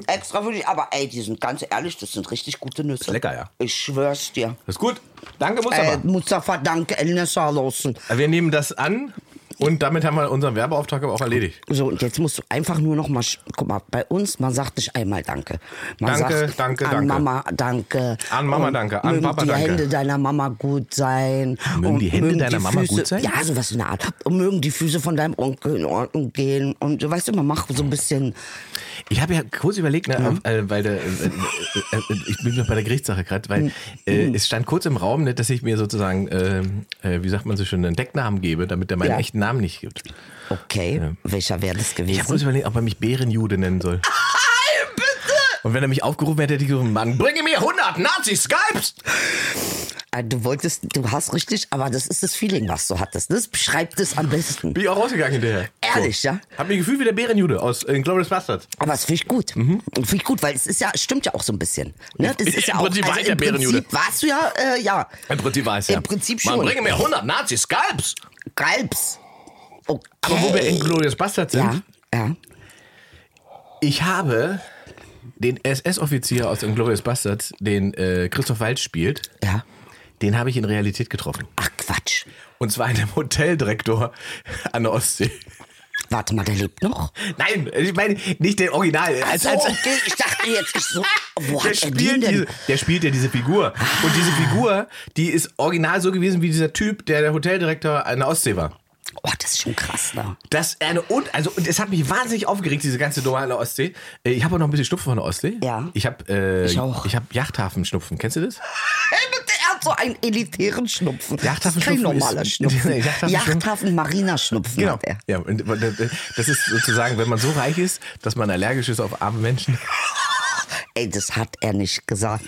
Speaker 4: Extra für dich. Aber ey, die sind ganz ehrlich, das sind richtig gute Nüsse.
Speaker 5: lecker, ja.
Speaker 4: Ich schwör's dir.
Speaker 5: Das ist gut. Danke,
Speaker 4: Äh,
Speaker 5: Mustafa.
Speaker 4: Mustafa, danke, Elena Sarlosen.
Speaker 5: wir nehmen das an und damit haben wir unseren Werbeauftrag aber auch erledigt.
Speaker 4: So, und jetzt musst du einfach nur noch mal, sch- guck mal, bei uns, man sagt nicht einmal Danke. Man
Speaker 5: Danke,
Speaker 4: sagt,
Speaker 5: danke,
Speaker 4: an
Speaker 5: danke.
Speaker 4: Mama, danke.
Speaker 5: An Mama,
Speaker 4: Und
Speaker 5: danke. An
Speaker 4: mögen
Speaker 5: Papa,
Speaker 4: die
Speaker 5: danke.
Speaker 4: Hände deiner Mama gut sein.
Speaker 5: Mögen
Speaker 4: Und
Speaker 5: die Hände
Speaker 4: mögen
Speaker 5: deiner Mama
Speaker 4: Füße,
Speaker 5: gut sein?
Speaker 4: Ja, sowas in der Art. Und mögen die Füße von deinem Onkel in Ordnung gehen. Und weißt du, man macht so ein bisschen,
Speaker 5: Ich habe ja kurz überlegt, ne, äh, weil der, äh, äh, äh, ich bin noch bei der Gerichtssache gerade, weil
Speaker 4: Mhm.
Speaker 5: äh, es stand kurz im Raum, ne, dass ich mir sozusagen, ähm, äh, wie sagt man so schön, einen Decknamen gebe, damit er meinen
Speaker 4: Ja.
Speaker 5: echten Namen nicht gibt.
Speaker 4: okay, welcher wäre das
Speaker 5: Ich also habe kurz
Speaker 4: gewesen?
Speaker 5: überlegt, ob er mich Bärenjude
Speaker 4: *laughs*
Speaker 5: nennen soll. Und wenn er mich aufgerufen hätte, hätte ich gesagt, Mann, bringe mir 100 Nazi-Skypes!
Speaker 4: Äh, Du wolltest, du hast richtig, aber das ist das Feeling, was du hattest. Das beschreibt es am besten.
Speaker 5: Bin ich auch rausgegangen hinterher.
Speaker 4: Ehrlich, ja?
Speaker 5: Hab mir gefühlt wie der Bärenjude aus äh, Glorious Bastards.
Speaker 4: Aber es finde ich gut. Und Finde ich gut, weil es ist ja, stimmt ja auch so ein bisschen. Ne? Das
Speaker 5: Im
Speaker 4: ist ja auch,
Speaker 5: Prinzip war Mhm. ich
Speaker 4: im
Speaker 5: der Bärenjude.
Speaker 4: Prinzip warst du ja, äh, ja,
Speaker 5: Im Prinzip war es ja.
Speaker 4: Im Prinzip
Speaker 5: Mann,
Speaker 4: schon.
Speaker 5: bringe mir 100 Nazi-Skypes!
Speaker 4: Galbs. Okay.
Speaker 5: Aber wo wir in Glorious Bastards sind,
Speaker 4: ja, ja.
Speaker 5: Ich habe den SS-Offizier aus Inglourious Bastards, den äh, Christoph Waltz spielt,
Speaker 4: Ja.
Speaker 5: Den habe ich in Realität getroffen.
Speaker 4: Ach Quatsch.
Speaker 5: Und zwar in einem Hoteldirektor an der Ostsee.
Speaker 4: Warte mal, der lebt noch?
Speaker 5: Nein, ich meine nicht den Original. Als,
Speaker 4: So,
Speaker 5: als,
Speaker 4: okay, ich dachte jetzt, ich
Speaker 5: *laughs*
Speaker 4: so, wo
Speaker 5: der,
Speaker 4: hat Also, er den
Speaker 5: spielt
Speaker 4: denn? Ah.
Speaker 5: diese, der spielt ja diese Figur. Und diese Figur, die ist original so gewesen wie dieser Typ, der der Hoteldirektor an der Ostsee war.
Speaker 4: Oh, das ist schon krass, ne?
Speaker 5: Das eine und also und es hat mich wahnsinnig aufgeregt diese ganze Nummer an der Ostsee. Äh, Ich habe auch noch ein bisschen Schnupfen von der Ostsee.
Speaker 4: Ja.
Speaker 5: Ich habe äh,
Speaker 4: Ich auch.
Speaker 5: ich habe Yachthafen-Schnupfen. Kennst du das?
Speaker 4: Er hat so einen elitären Schnupfen. Das ist
Speaker 5: Yachthafen-Schnupfen
Speaker 4: kein
Speaker 5: ist- *laughs*
Speaker 4: normaler Schnupfen.
Speaker 5: Nee, Yachthafen-Schnupfen-
Speaker 4: Yachthafen-Marina-Schnupfen hat er.
Speaker 5: Genau. Ja, und äh, das ist sozusagen, wenn man so reich ist, dass man allergisch ist auf arme Menschen.
Speaker 4: Ey, das hat er nicht gesagt.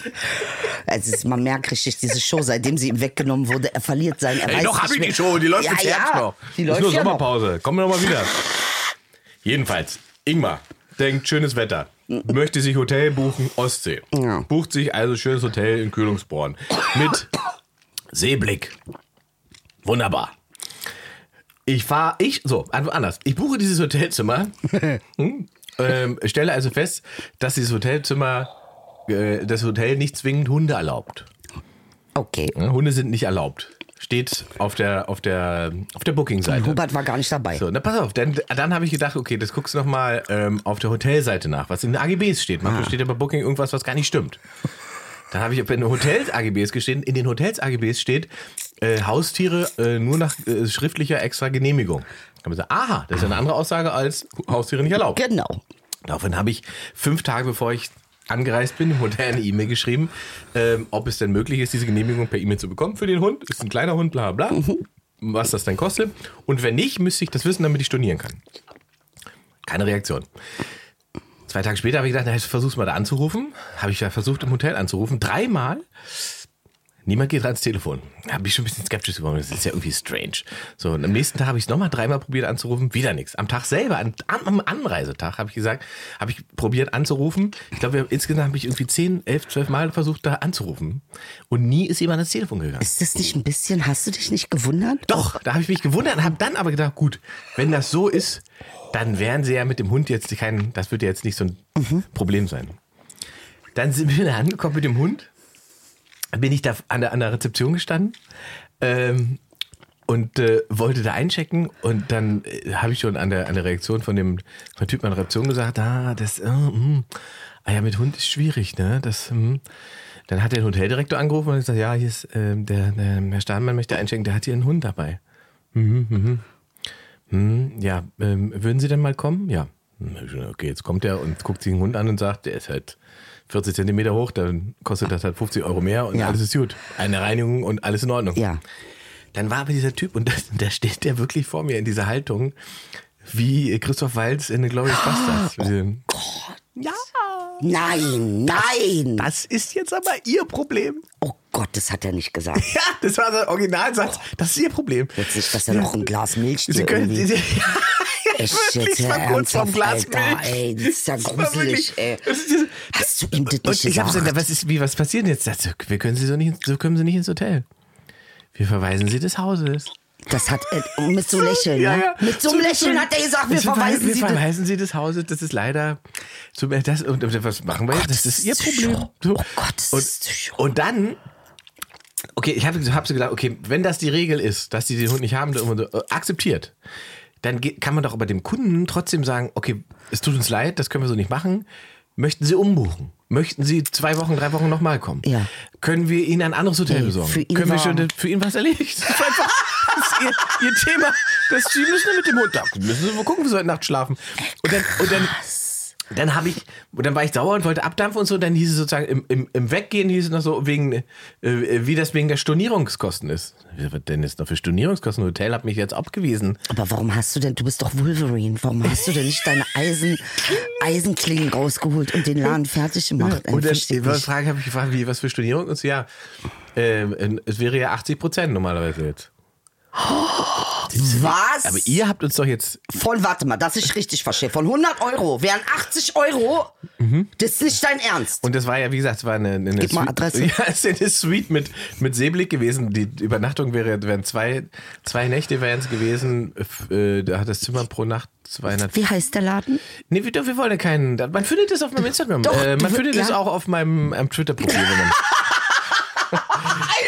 Speaker 4: Es ist, man merkt richtig, diese Show, seitdem sie ihm weggenommen wurde, er verliert sein. Er weiß
Speaker 5: Ey, noch
Speaker 4: nicht
Speaker 5: hab ich
Speaker 4: mehr-
Speaker 5: die Show, die läuft
Speaker 4: ja,
Speaker 5: jetzt
Speaker 4: ja,
Speaker 5: Herbst noch.
Speaker 4: Die
Speaker 5: ist
Speaker 4: läuft
Speaker 5: nur
Speaker 4: ja noch.
Speaker 5: Sommerpause. Kommen wir nochmal wieder. *laughs* Jedenfalls, Ingmar denkt, schönes Wetter. Möchte sich Hotel buchen, Ostsee.
Speaker 4: Ja.
Speaker 5: Bucht sich also schönes Hotel in Kühlungsborn. Mit Seeblick. Wunderbar. Ich fahre, ich, so, einfach anders. Ich buche dieses *laughs* Hotelzimmer, hm, ähm, stelle also fest, dass dieses Hotelzimmer, äh, das Hotel nicht zwingend Hunde erlaubt.
Speaker 4: Okay.
Speaker 5: Ne, Hunde sind nicht erlaubt. Steht auf der, auf der, auf der Booking-Seite.
Speaker 4: Hubert war gar nicht dabei.
Speaker 5: So, na pass auf, dann, dann habe ich gedacht, okay, das guckst du nochmal ähm, auf der Hotelseite nach, was in den AGBs steht. Manchmal steht ja bei Booking irgendwas, was gar nicht stimmt. Dann habe ich in den Hotels-AGBs gestehen, in den Hotels-AGBs steht, äh, Haustiere äh, nur nach äh, schriftlicher extra Genehmigung. Dann haben wir gesagt, aha, das ist ja eine andere Aussage als Haustiere nicht erlaubt.
Speaker 4: Genau.
Speaker 5: Daraufhin habe ich fünf Tage bevor ich angereist bin, dem Hotel eine E-Mail geschrieben, ähm, ob es denn möglich ist, diese Genehmigung per E-Mail zu bekommen für den Hund. Ist ein kleiner Hund, bla bla. Was das denn kostet. Und wenn nicht, müsste ich das wissen, damit ich stornieren kann. Keine Reaktion. Zwei Tage später habe ich gedacht, na, jetzt versuch's mal da anzurufen. Habe ich ja versucht, im Hotel anzurufen. Dreimal. Niemand geht ans Telefon. Da bin ich schon ein bisschen skeptisch geworden. Das ist ja irgendwie strange. So, und am nächsten Tag habe ich es nochmal dreimal probiert anzurufen. Wieder nichts. Am Tag selber, an, am, am Anreisetag, habe ich gesagt, habe ich probiert anzurufen. Ich glaube, wir haben- insgesamt habe ich irgendwie 10, 11, 12 Mal versucht, da anzurufen. Und nie ist jemand ans Telefon gegangen.
Speaker 4: Ist das nicht ein bisschen, hast du dich nicht gewundert?
Speaker 5: Doch, da habe ich mich gewundert und habe dann aber gedacht, gut, wenn das so ist, dann wären sie ja mit dem Hund jetzt kein, das wird ja jetzt nicht so ein Problem sein. Dann sind wir da angekommen mit dem Hund, Dann bin ich da an der, an der Rezeption gestanden ähm, und äh, wollte da einchecken und dann äh, habe ich schon an der, an der Reaktion von dem von Typen an der Rezeption gesagt, ah, das, äh, mh. ah ja, mit Hund ist schwierig, ne, das, mh. Dann hat der Hoteldirektor angerufen und gesagt, ja, hier ist ähm, der, der Herr Stahlmann möchte einchecken, der hat hier einen Hund dabei. Mhm, mhm. Hm, ja, ähm, würden Sie denn mal kommen? Ja. Hm, hab ich schon, Okay, jetzt kommt er und guckt sich den Hund an und sagt, der ist halt 40 Zentimeter hoch, dann kostet das halt 50 Euro mehr und
Speaker 4: Ja.
Speaker 5: alles ist gut. Eine Reinigung und alles in Ordnung.
Speaker 4: Ja.
Speaker 5: Dann war aber dieser Typ und das, da steht der wirklich vor mir in dieser Haltung, wie Christoph Walz in The Glorious Bastards. Mit diesem-
Speaker 4: Nein, nein.
Speaker 5: Das ist jetzt aber Ihr Problem.
Speaker 4: Oh Gott, das hat er nicht gesagt.
Speaker 5: Ja, das war sein Originalsatz. Das ist Ihr Problem.
Speaker 4: Jetzt nicht, dass er noch ein Glas Milch
Speaker 5: Sie
Speaker 4: dir
Speaker 5: können,
Speaker 4: irgendwie-
Speaker 5: *laughs* Sie,
Speaker 4: Echt
Speaker 5: wirklich,
Speaker 4: jetzt,
Speaker 5: ich war
Speaker 4: ja,
Speaker 5: kurz vorm
Speaker 4: ernsthaft,
Speaker 5: Glas
Speaker 4: Alter,
Speaker 5: Milch.
Speaker 4: ey, das ist ja
Speaker 5: Das war
Speaker 4: gruselig,
Speaker 5: wirklich-
Speaker 4: ey.
Speaker 5: das ist-
Speaker 4: Hast du ihm das nicht
Speaker 5: Und ich habe
Speaker 4: gesagt?
Speaker 5: gesagt, was ist, wie, was passiert denn jetzt? Sagt sie, Wir können Sie so nicht, so können Sie nicht ins Hotel. Wir verweisen Sie des Hauses.
Speaker 4: Das hat äh, mit so einem Lächeln,
Speaker 5: Ja,
Speaker 4: ne?
Speaker 5: ja.
Speaker 4: Mit so einem Lächeln hat er gesagt, wir verweisen
Speaker 5: wir
Speaker 4: Sie. das-
Speaker 5: verweisen Sie des Hauses. Das ist leider. So, das, und, und was machen wir jetzt? Das ist Ihr
Speaker 4: Oh, das ist
Speaker 5: Problem. So.
Speaker 4: Oh Gott, das
Speaker 5: und,
Speaker 4: ist Psycho.
Speaker 5: und dann. Okay, ich habe hab so gedacht, okay, wenn das die Regel ist, dass die den Hund nicht haben dürfen, und so, äh, akzeptiert, dann ge- kann man doch aber dem Kunden trotzdem sagen, okay, es tut uns leid, das können wir so nicht machen. Möchten Sie umbuchen? Möchten Sie zwei Wochen, drei Wochen nochmal kommen?
Speaker 4: Ja.
Speaker 5: Können wir Ihnen ein anderes Hotel
Speaker 4: Nee,
Speaker 5: besorgen?
Speaker 4: für ihn
Speaker 5: können wir
Speaker 4: war-
Speaker 5: schon, Äh, für ihn was erledigt. Das ist einfach das ist ihr, ihr Thema. Das, sie müssen ja mit dem Hund ab. Müssen sie mal gucken, wie sie heute Nacht schlafen. Und dann, und dann, dann habe ich, und dann war ich sauer und wollte abdampfen und so. Dann hieß es sozusagen, im, im, im Weggehen hieß es noch so, wegen, äh, wie das wegen der Stornierungskosten ist. Was denn jetzt noch für Stornierungskosten? Hotel hat mich jetzt abgewiesen.
Speaker 4: Aber warum hast du denn, du bist doch Wolverine, warum hast du denn nicht deine Eisen, Eisenklingen rausgeholt und den Laden fertig gemacht? Ey,
Speaker 5: Und dann
Speaker 4: versteh
Speaker 5: war die
Speaker 4: nicht.
Speaker 5: Frage, habe ich gefragt, wie, was für Stornierung? Und so, ja, ähm, es wäre ja 80 Prozent normalerweise jetzt.
Speaker 4: Was?
Speaker 5: Aber ihr habt uns doch jetzt
Speaker 4: Von, warte mal, dass ich richtig verstehe. Von 100 Euro wären 80 Euro. Das ist nicht dein Ernst.
Speaker 5: Mhm. Und das war ja, wie gesagt, es war eine, eine
Speaker 4: Gib mal
Speaker 5: Suite-
Speaker 4: Adresse.
Speaker 5: *laughs* Ja, es ist eine Suite mit, mit Seeblick gewesen. Die Übernachtung wäre, wären zwei, zwei Nächte wären es gewesen. F- äh, Da hat das Zimmer pro Nacht 200.
Speaker 4: Wie heißt der Laden?
Speaker 5: Nee, wir, wir wollen ja keinen. da- Man findet das auf meinem Instagram.
Speaker 4: Doch,
Speaker 5: äh, man
Speaker 4: du-
Speaker 5: findet das
Speaker 4: ja.
Speaker 5: auch auf meinem ähm, Twitter-Profil. wenn man-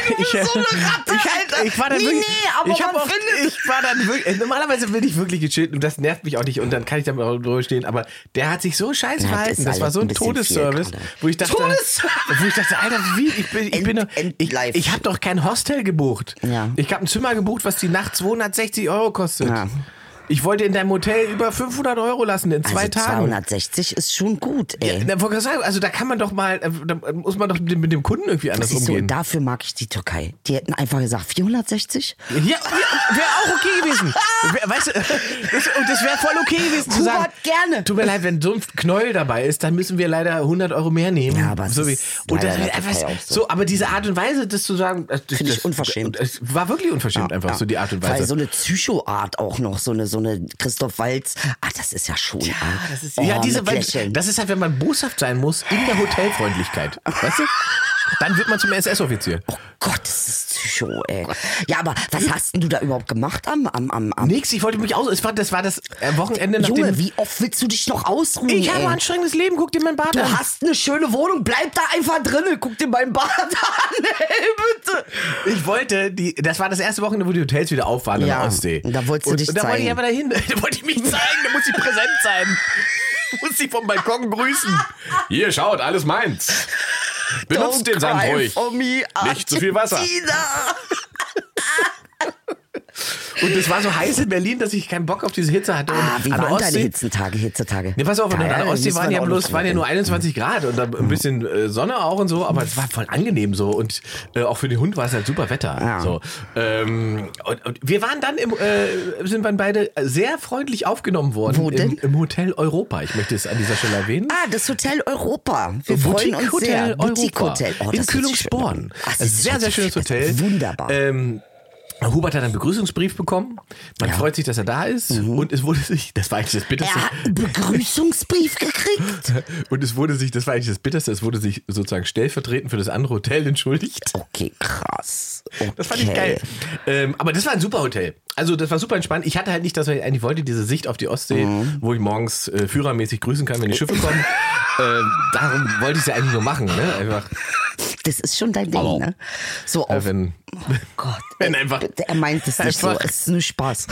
Speaker 4: du bist so eine Ratte,
Speaker 5: *laughs* ich,
Speaker 4: Alter.
Speaker 5: Ich war dann
Speaker 4: nee,
Speaker 5: wirklich,
Speaker 4: nee, aber
Speaker 5: ich hab
Speaker 4: man
Speaker 5: auch,
Speaker 4: findet
Speaker 5: Ich war dann wirklich, normalerweise bin ich wirklich gechillt und das nervt mich auch nicht und dann kann ich damit auch drüber stehen, aber der hat sich so
Speaker 4: Ja,
Speaker 5: scheiß
Speaker 4: das
Speaker 5: verhalten.
Speaker 4: ist
Speaker 5: Das, war
Speaker 4: alles
Speaker 5: so
Speaker 4: ein
Speaker 5: ein
Speaker 4: bisschen
Speaker 5: Todesservice,
Speaker 4: viel gerade.
Speaker 5: wo ich dachte,
Speaker 4: Todesservice!
Speaker 5: wo ich dachte, Alter, wie, ich bin, ich bin,
Speaker 4: End-
Speaker 5: doch- ich,
Speaker 4: Endlife.
Speaker 5: ich habe doch kein Hostel gebucht.
Speaker 4: Ja.
Speaker 5: Ich habe ein Zimmer gebucht, was die Nacht 260 Euro kostet.
Speaker 4: Ja.
Speaker 5: Ich wollte in deinem Hotel über 500 Euro lassen in zwei
Speaker 4: also
Speaker 5: Tagen.
Speaker 4: 260 ist schon gut, ey.
Speaker 5: Ja, na, wollte gerade sagen, also da kann man doch mal, äh, da muss man doch mit dem- mit dem Kunden irgendwie anders
Speaker 4: das ist so,
Speaker 5: umgehen.
Speaker 4: dafür mag ich die Türkei. Die hätten einfach gesagt, 460?
Speaker 5: Ja, ja wäre auch okay gewesen. Wär, weißt du, das, und das wäre voll okay gewesen zu
Speaker 4: Hubert,
Speaker 5: sagen.
Speaker 4: gerne.
Speaker 5: Tut mir leid, wenn so ein Knäuel dabei ist, dann müssen wir leider 100 Euro mehr nehmen.
Speaker 4: Ja, aber es
Speaker 5: so wie,
Speaker 4: ist
Speaker 5: und
Speaker 4: leider
Speaker 5: das,
Speaker 4: in der
Speaker 5: einfach
Speaker 4: Türkei auch
Speaker 5: so. aber diese Art und Weise, das zu sagen, das, das,
Speaker 4: Finde ich
Speaker 5: das-
Speaker 4: unverschämt.
Speaker 5: Es war wirklich unverschämt einfach so die Art und
Speaker 4: Weil
Speaker 5: Weise.
Speaker 4: so eine Psychoart auch noch, so eine, so eine Christoph Walz. Ach, das ist ja schon. ne? Oh, Ja,
Speaker 5: das ist, ja, diese weil- Das ist halt, wenn man boshaft sein muss in der Hotelfreundlichkeit. Weißt du? Dann wird man zum SS-Offizier.
Speaker 4: Oh Gott, das ist Psycho, ey. Ja, aber was
Speaker 5: Hm.
Speaker 4: hast denn du da überhaupt gemacht am, am, am, am
Speaker 5: Nix, ich wollte mich aus. Es war, das war das äh, Wochenende nach
Speaker 4: Junge,
Speaker 5: dem.
Speaker 4: wie oft willst du dich noch ausruhen?
Speaker 5: Ich habe
Speaker 4: ey?
Speaker 5: ein anstrengendes Leben, guck dir mein Bad
Speaker 4: Du
Speaker 5: an.
Speaker 4: hast eine schöne Wohnung, bleib da einfach drinnen, guck dir meinen Bad *laughs* an, ey, bitte.
Speaker 5: Ich wollte, die, das war das erste Wochenende, wo die Hotels wieder auf waren
Speaker 4: Ja,
Speaker 5: in der Ostsee.
Speaker 4: und da wolltest du
Speaker 5: und,
Speaker 4: dich
Speaker 5: und da wollte ich
Speaker 4: zeigen.
Speaker 5: aber dahin. *laughs* Da wollte ich mich zeigen, da muss ich präsent sein. *laughs* muss ich vom Balkon grüßen. Hier, schaut, alles meins.
Speaker 4: Don't cry for me,
Speaker 5: Nicht zu viel Wasser.
Speaker 4: Argentina.
Speaker 5: Und es war so heiß in Berlin, dass ich keinen Bock auf diese Hitze hatte. Und
Speaker 4: Ah, wie
Speaker 5: an der
Speaker 4: waren deine
Speaker 5: Ostsee-
Speaker 4: Hitzetage, Hitzetage?
Speaker 5: Ne, pass auf, an
Speaker 4: Geil,
Speaker 5: der Ostsee
Speaker 4: müssen wir
Speaker 5: waren ja
Speaker 4: noch Mhm.
Speaker 5: bloß,
Speaker 4: drüber
Speaker 5: waren ja nur
Speaker 4: reden.
Speaker 5: 21 Grad und dann ein bisschen äh, Sonne auch und so, aber es war voll angenehm so und äh, auch für den Hund war es halt super Wetter.
Speaker 4: Ja.
Speaker 5: So. Ähm, und, und wir waren dann im, äh, sind dann beide sehr freundlich aufgenommen worden.
Speaker 4: Wo denn?
Speaker 5: Im, Im Hotel Europa. Ich möchte es an dieser Stelle erwähnen.
Speaker 4: Ah, das Hotel Europa. Wir freuen uns sehr.
Speaker 5: Äh, Hotel
Speaker 4: Boutique
Speaker 5: Europa
Speaker 4: Hotel. Oh, das
Speaker 5: in
Speaker 4: ist schön.
Speaker 5: Kühlungsborn.
Speaker 4: Ach, das
Speaker 5: Ein
Speaker 4: ist
Speaker 5: sehr, sehr
Speaker 4: richtig
Speaker 5: schönes
Speaker 4: schön. Das
Speaker 5: Hotel.
Speaker 4: ist Wunderbar.
Speaker 5: Ähm, Hubert hat einen Begrüßungsbrief bekommen. Man freut sich, dass er da ist. Und es wurde sich, das war eigentlich das Bitterste.
Speaker 4: Mhm. er hat einen Begrüßungsbrief gekriegt.
Speaker 5: Und es wurde sich, das war eigentlich das Bitterste, es wurde sich sozusagen stellvertretend für das andere Hotel *laughs* entschuldigt.
Speaker 4: Okay, krass. Okay.
Speaker 5: Das fand ich geil. Ähm, aber das war ein super Hotel. Also das war super entspannt. Ich hatte halt nicht, dass ich eigentlich wollte, diese Sicht auf die Ostsee,
Speaker 4: Mhm.
Speaker 5: wo ich morgens äh, führermäßig grüßen kann,
Speaker 4: *laughs*
Speaker 5: wenn die Schiffe kommen. ähm, darum wollte ich es ja eigentlich nur machen. Ne? Einfach,
Speaker 4: Das ist schon dein Ding,
Speaker 5: Hallo.
Speaker 4: ne? So
Speaker 5: äh,
Speaker 4: auf
Speaker 5: wenn,
Speaker 4: Gott.
Speaker 5: *laughs* wenn
Speaker 4: ey,
Speaker 5: einfach-
Speaker 4: bitte, er meint es nicht so.
Speaker 5: einfach-
Speaker 4: Es ist nur Spaß.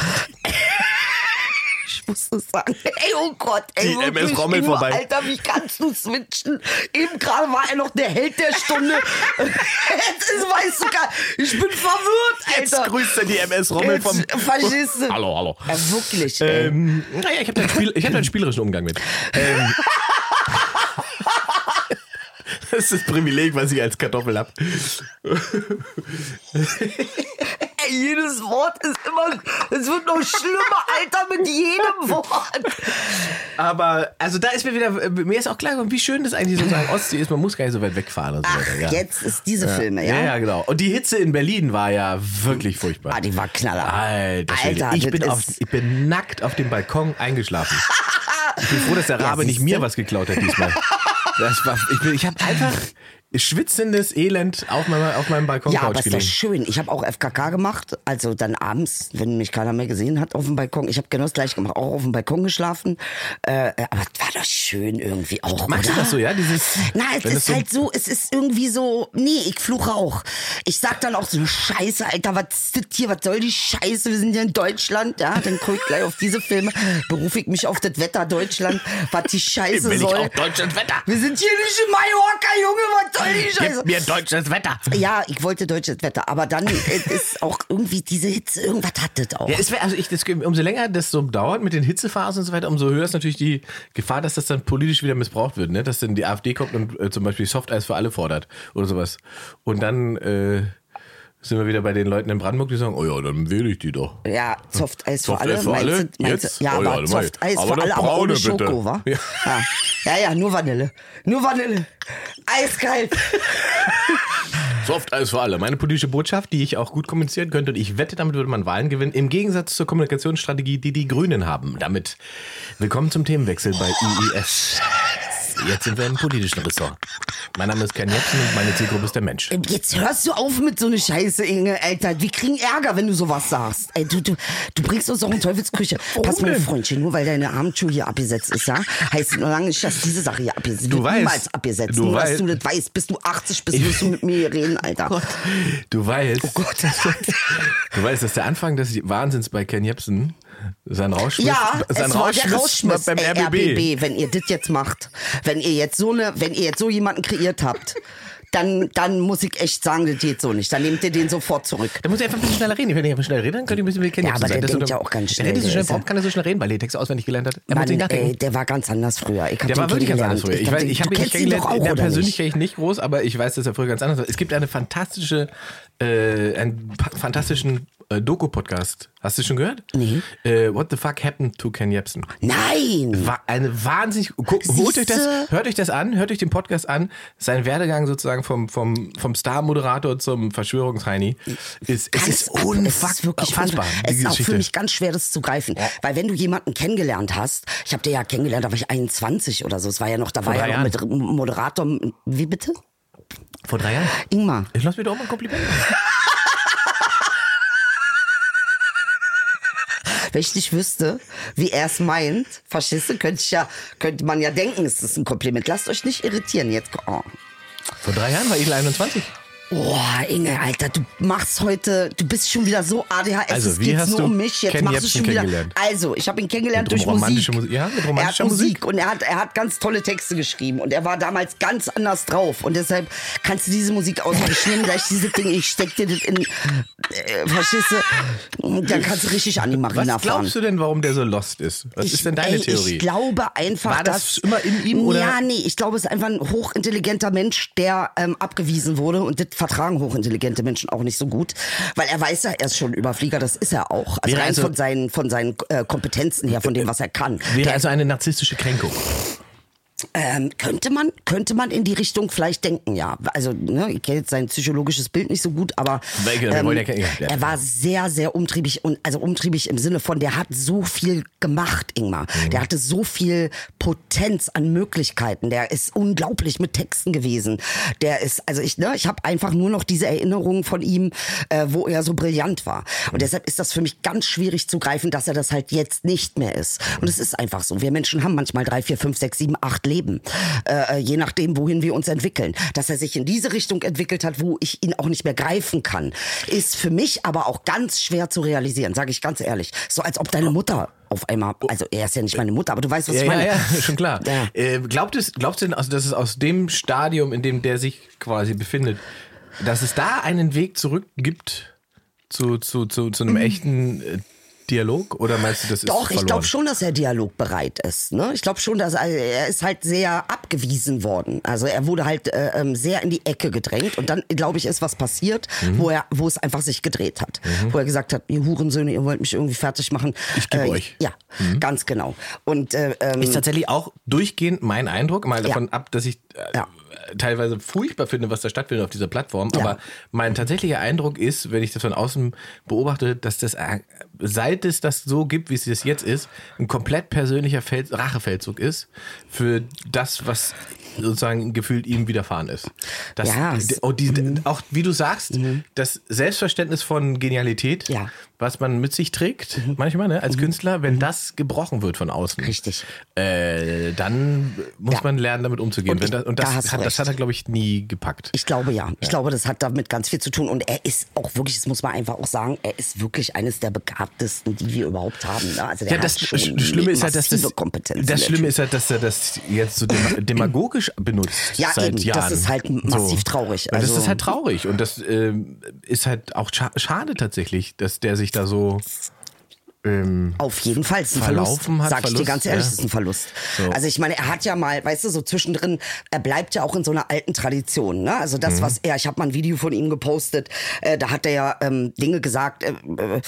Speaker 4: Ich muss das sagen. Ey, oh Gott, ey.
Speaker 5: Die
Speaker 4: wirklich,
Speaker 5: MS Rommel
Speaker 4: Ingo,
Speaker 5: vorbei.
Speaker 4: Alter, wie kannst du switchen? Eben gerade war er noch der Held der
Speaker 5: *laughs*
Speaker 4: Stunde. Jetzt ist, weißt du gar Ich bin verwirrt, Alter.
Speaker 5: jetzt grüßt er die MS Rommel
Speaker 4: Jetzt
Speaker 5: vom...
Speaker 4: verstehst du.
Speaker 5: Hallo, hallo.
Speaker 4: Ja, wirklich, ey.
Speaker 5: Ähm, naja, ich habe da, einen Spiel, ich hab da einen spielerischen Umgang mit. Ähm,
Speaker 4: *laughs*
Speaker 5: *laughs* das ist das Privileg, was ich als Kartoffel habe.
Speaker 4: Ey, jedes Wort ist immer, es wird noch schlimmer, Alter, mit
Speaker 5: *laughs*
Speaker 4: jedem Wort.
Speaker 5: Aber, also da ist mir wieder, äh, mir ist auch klar geworden, wie schön das eigentlich sozusagen Ostsee ist. Man muss gar nicht so weit wegfahren. Und so
Speaker 4: Ach,
Speaker 5: weiter, ja.
Speaker 4: jetzt ist diese Filme,
Speaker 5: Ja,
Speaker 4: ja?
Speaker 5: ja, genau. Und die Hitze in Berlin war ja wirklich furchtbar.
Speaker 4: Ah, die war knaller.
Speaker 5: Alter, Schwede.
Speaker 4: Alter,
Speaker 5: ich,
Speaker 4: das
Speaker 5: bin auf,
Speaker 4: ist-
Speaker 5: ich bin nackt auf dem Balkon
Speaker 4: *laughs*
Speaker 5: eingeschlafen. Ich bin froh, dass der Rabe nicht mir was geklaut hat diesmal. Das war, ich bin- ich habe einfach schwitzendes Elend auf meinem, auf meinem Balkon
Speaker 4: Ja, aber ist doch
Speaker 5: gelegen.
Speaker 4: schön. Ich habe auch FKK gemacht, also dann abends, wenn mich keiner mehr gesehen hat auf dem Balkon. Ich habe genau das gleiche gemacht, auch auf dem Balkon geschlafen. Äh, aber es war doch schön irgendwie auch.
Speaker 5: Magst du
Speaker 4: oder?
Speaker 5: das so, ja? Dieses,
Speaker 4: Na, es
Speaker 5: wenn
Speaker 4: ist
Speaker 5: das
Speaker 4: halt so, es ist irgendwie so, nee, ich fluche auch. Ich sag dann auch so, Scheiße, Alter, was ist das hier, was soll die Scheiße, wir sind ja in Deutschland, ja, dann guck ich gleich auf diese Filme, berufe ich mich auf das Wetter Deutschland, was die Scheiße
Speaker 5: Will ich
Speaker 4: soll.
Speaker 5: auch Deutschlands Wetter?
Speaker 4: Wir sind hier nicht in Mallorca, Junge, was soll die Scheiße?
Speaker 5: Gib mir deutsches Wetter.
Speaker 4: Ja, ich wollte deutsches Wetter, aber dann es ist auch irgendwie diese Hitze, irgendwas hat das auch.
Speaker 5: Ja, es wär, also ich, das, umso länger das so dauert mit den Hitzephasen und so weiter, umso höher ist natürlich die Gefahr, dass das dann politisch wieder missbraucht wird, ne? dass dann die AfD kommt und äh, zum Beispiel Softeis für alle fordert oder sowas. Und dann äh, sind wir wieder bei den Leuten in Brandenburg, die sagen, oh ja, dann wähle ich die doch.
Speaker 4: Ja, Softeis für
Speaker 5: Soft
Speaker 4: alle.
Speaker 5: Eis für alle?
Speaker 4: Meinst du, meinst
Speaker 5: Jetzt?
Speaker 4: du, ja,
Speaker 5: Oh ja,
Speaker 4: aber
Speaker 5: dann mach ich.
Speaker 4: Softeis
Speaker 5: Aber
Speaker 4: für
Speaker 5: doch
Speaker 4: alle, aber ohne
Speaker 5: braune bitte.
Speaker 4: Schoko, wa?
Speaker 5: Ja.
Speaker 4: Ja. ja, ja, nur Vanille. Nur Vanille. Eiskalt.
Speaker 5: Softeis für alle. Meine politische Botschaft, die ich auch gut kommunizieren könnte und ich wette, damit würde man Wahlen gewinnen, im Gegensatz zur Kommunikationsstrategie, die die Grünen haben. Damit willkommen zum Themenwechsel bei IIS. jetzt sind wir im politischen Ressort. Mein Name ist Ken Jebsen und meine Zielgruppe ist der Mensch.
Speaker 4: Jetzt hörst du auf mit so eine Scheiße, Inge, Alter. Wir kriegen Ärger, wenn du sowas sagst. Ey, du, du, du bringst uns doch in Teufelsküche. Pass mal,
Speaker 5: denn?
Speaker 4: Freundchen, nur weil deine Abendschuhe hier abgesetzt ist, ja, heißt noch lange nicht, dass diese Sache hier abgesetzt wird.
Speaker 5: Du weißt.
Speaker 4: Niemals abgesetzt.
Speaker 5: Du
Speaker 4: nur, dass
Speaker 5: weißt.
Speaker 4: du das weißt. Bis du 80 bist,
Speaker 5: *laughs*
Speaker 4: wirst du mit mir hier reden, Alter.
Speaker 5: Du
Speaker 4: Oh
Speaker 5: weißt, du weißt, dass der Anfang des Wahnsinns bei Ken Jebsen sein Rauschmiss,
Speaker 4: Ja,
Speaker 5: sein
Speaker 4: es war der Rauschmiss
Speaker 5: beim
Speaker 4: ey,
Speaker 5: RBB.
Speaker 4: RBB, wenn ihr das jetzt macht. Wenn ihr jetzt so eine, wenn ihr jetzt so jemanden kreiert habt, dann, dann muss ich echt sagen, das geht so nicht. Dann nehmt ihr den sofort zurück.
Speaker 5: Da muss ich einfach ein bisschen schneller reden. Wenn ich aber schnell reden kann, könnt ihr ein bisschen mit Ken
Speaker 4: Ja,
Speaker 5: Jebsen
Speaker 4: aber der
Speaker 5: sein. Das
Speaker 4: denkt
Speaker 5: unter-
Speaker 4: ja auch ganz
Speaker 5: Der
Speaker 4: schnell,
Speaker 5: denkt so
Speaker 4: der
Speaker 5: schnell,
Speaker 4: ist
Speaker 5: warum
Speaker 4: ja-
Speaker 5: kann er so schnell reden? Weil er die Texte auswendig gelernt hat. Er muss
Speaker 4: Mann,
Speaker 5: nicht nachdenken.
Speaker 4: ey, der war ganz anders früher. Ich hab
Speaker 5: Der
Speaker 4: den
Speaker 5: war wirklich ganz anders früher.
Speaker 4: kennengelernt.
Speaker 5: Ich, weiß,
Speaker 4: hab den- du
Speaker 5: ich habe ihn
Speaker 4: kennst ihn doch
Speaker 5: kennengelernt.
Speaker 4: auch,
Speaker 5: Na,
Speaker 4: oder
Speaker 5: persönlich
Speaker 4: nicht?
Speaker 5: kenne ich nicht groß, aber ich weiß, dass er früher ganz anders war. Es gibt eine fantastische, äh, einen pa- fantastischen äh, Doku-Podcast. Hast du schon gehört? Nee. Äh, What the fuck happened to Ken Jebsen?
Speaker 4: Nein!
Speaker 5: War eine wahnsinnig. Guck, holt euch das,
Speaker 4: Siehste?
Speaker 5: hört euch das an, hört euch den Podcast an. Sein Werdegang sozusagen vom, vom, vom Star-Moderator zum Verschwörungsheini. Ist, es
Speaker 4: Ganz
Speaker 5: ist
Speaker 4: ab-
Speaker 5: unfassbar.
Speaker 4: Es ist wirklich unfassbar.
Speaker 5: unfassbar, die
Speaker 4: Es ist auch
Speaker 5: Geschichte.
Speaker 4: für mich ganz schwer, das zu greifen. Weil wenn du jemanden kennengelernt hast, ich habe dir ja kennengelernt, da war ich 21 oder so. Es war ja noch, da war
Speaker 5: drei
Speaker 4: ja noch mit Moderator. Wie bitte?
Speaker 5: Vor drei Jahren.
Speaker 4: Ingmar.
Speaker 5: Ich lass mir doch mal ein Kompliment.
Speaker 4: Wenn ich nicht wüsste, wie er es meint, verstehst du, könnte, ich ja, könnte man ja denken, es ist ein Kompliment. Lasst euch nicht irritieren jetzt. Oh.
Speaker 5: Vor drei Jahren war ich 21.
Speaker 4: Oh, Inge, Alter, du machst heute, du bist schon wieder so ADHS.
Speaker 5: Also,
Speaker 4: es
Speaker 5: wie
Speaker 4: geht
Speaker 5: hast
Speaker 4: nur
Speaker 5: du
Speaker 4: um mich. Jetzt
Speaker 5: Ken
Speaker 4: machst du
Speaker 5: Jebsen
Speaker 4: schon wieder.
Speaker 5: kennengelernt?
Speaker 4: Also, ich habe ihn kennengelernt
Speaker 5: Mit
Speaker 4: durch
Speaker 5: romantischer
Speaker 4: Musik.
Speaker 5: Musik. Ja, mit
Speaker 4: er hat
Speaker 5: romantischer Musik.
Speaker 4: Musik und er hat, er hat ganz tolle Texte geschrieben und er war damals ganz anders drauf. Und deshalb kannst du diese Musik ausmachen. Ich nehme gleich dieses Ding, ich steck dir das in, äh, verstehst du? Dann kannst du richtig an die
Speaker 5: Was
Speaker 4: Marina fahren.
Speaker 5: glaubst du denn, warum der so lost ist? Was ist denn deine
Speaker 4: ey,
Speaker 5: Theorie?
Speaker 4: Ich glaube einfach,
Speaker 5: War das
Speaker 4: dass,
Speaker 5: immer in ihm, oder?
Speaker 4: Ja, nee, ich glaube, es ist einfach ein hochintelligenter Mensch, der ähm, abgewiesen wurde und das vertragen hochintelligente Menschen auch nicht so gut, weil er weiß ja, er ist schon ein Überflieger, das ist er auch. Also
Speaker 5: Wäre
Speaker 4: rein
Speaker 5: also-
Speaker 4: von seinen, von seinen äh, Kompetenzen her, von dem, was er kann.
Speaker 5: Wäre
Speaker 4: Der,
Speaker 5: also eine narzisstische Kränkung.
Speaker 4: ähm, könnte man, könnte man in die Richtung vielleicht denken, ja. Also ne, ich kenne jetzt sein psychologisches Bild nicht so gut, aber ähm,
Speaker 5: Weil, genau, wir wollen ja kein- ja, ja.
Speaker 4: er war sehr, sehr umtriebig und also umtriebig im Sinne von, der hat so viel gemacht, Ingmar.
Speaker 5: Mhm.
Speaker 4: Der hatte so viel Potenz an Möglichkeiten. Der ist unglaublich mit Texten gewesen. Der ist, also ich, ne, ich habe einfach nur noch diese Erinnerungen von ihm, äh, wo er so brillant war.
Speaker 5: Mhm.
Speaker 4: Und deshalb ist das für mich ganz schwierig zu greifen, dass er das halt jetzt nicht mehr ist. Und es ist einfach so. Wir Menschen haben manchmal drei, vier, fünf, sechs, sieben, acht Leben. Äh, äh, je nachdem, wohin wir uns entwickeln. Dass er sich in diese Richtung entwickelt hat, wo ich ihn auch nicht mehr greifen kann, ist für mich aber auch ganz schwer zu realisieren, sage ich ganz ehrlich. So als ob deine Mutter auf einmal, also er ist ja nicht meine Mutter, aber du weißt, was ich
Speaker 5: Ja,
Speaker 4: meine.
Speaker 5: ja, ja, schon klar.
Speaker 4: *laughs* Ja.
Speaker 5: Äh, glaubt es, glaubst du denn, also, dass es aus dem Stadium, in dem der sich quasi befindet, dass es da einen Weg zurück gibt zu, zu, zu, zu einem echten äh, Dialog? Oder meinst du, das ist
Speaker 4: Mhm. Doch,
Speaker 5: verloren?
Speaker 4: ich glaube schon, dass er dialogbereit ist. Ne? Ich glaube schon, dass er, er ist halt sehr abgewiesen worden. Also er wurde halt äh, ähm, sehr in die Ecke gedrängt und dann, glaube ich, ist was passiert,
Speaker 5: Mhm.
Speaker 4: wo er, wo es einfach sich gedreht hat. Wo er gesagt hat, ihr Hurensöhne, ihr wollt mich irgendwie fertig machen. Ich
Speaker 5: geb euch. Mhm.
Speaker 4: Ja, ganz genau. Und äh, ähm,
Speaker 5: Ist tatsächlich auch durchgehend mein Eindruck, mal davon ab, dass ich äh,
Speaker 4: Ja.
Speaker 5: teilweise furchtbar finde, was da stattfindet auf dieser Plattform, aber mein tatsächlicher Eindruck ist, wenn ich das von außen beobachte, dass das, äh, seit es das so gibt, wie es das jetzt ist, ein komplett persönlicher Fels Rachefeldzug ist für das, was sozusagen gefühlt ihm widerfahren ist. Das,
Speaker 4: Ja,
Speaker 5: d-
Speaker 4: es-
Speaker 5: auch, die,
Speaker 4: Mhm.
Speaker 5: auch wie du sagst, das Selbstverständnis von Genialität,
Speaker 4: Ja. Mhm.
Speaker 5: was man mit sich trägt, manchmal ne, als Künstler, wenn das gebrochen wird von außen.
Speaker 4: Richtig.
Speaker 5: Äh, dann muss
Speaker 4: Ja.
Speaker 5: man lernen, damit umzugehen.
Speaker 4: Und
Speaker 5: Wenn
Speaker 4: ich-
Speaker 5: das, und
Speaker 4: da
Speaker 5: das,
Speaker 4: hast du
Speaker 5: hat, das
Speaker 4: recht.
Speaker 5: hat er, glaube ich, nie gepackt.
Speaker 4: Ich glaube ja. Ich glaube, das hat damit ganz viel zu tun. Und er ist auch wirklich, das muss man einfach auch sagen, er ist wirklich eines der begabtesten, die wir überhaupt haben. Ne? Also der
Speaker 5: ja, das,
Speaker 4: hat schon
Speaker 5: das Schlimme ist ja, dass
Speaker 4: massive
Speaker 5: das,
Speaker 4: Kompetenzen,
Speaker 5: das
Speaker 4: der
Speaker 5: Schlimme
Speaker 4: Typ.
Speaker 5: ist ja, dass er das jetzt so
Speaker 4: *clears throat*
Speaker 5: dem- demagogisch benutzt
Speaker 4: Ja,
Speaker 5: seit
Speaker 4: eben. Das
Speaker 5: Jahren.
Speaker 4: ist halt massiv traurig.
Speaker 5: Also das
Speaker 4: Also-
Speaker 5: ist halt traurig und das ähm, ist halt auch scha schade tatsächlich, dass der sich da so ähm,
Speaker 4: Auf jeden Fall. Es ist ein
Speaker 5: Verlaufen
Speaker 4: Verlust.
Speaker 5: hat
Speaker 4: Sag ich dir
Speaker 5: Verlust,
Speaker 4: ganz ehrlich,
Speaker 5: ja.
Speaker 4: es ist ein Verlust.
Speaker 5: So.
Speaker 4: Also ich meine, er hat ja mal, weißt du, so zwischendrin, er bleibt ja auch in so einer alten Tradition. Ne? Also
Speaker 5: Mhm.
Speaker 4: das, was er, ich habe mal ein Video von ihm gepostet, äh, da hat er ja ähm, Dinge gesagt, äh, äh,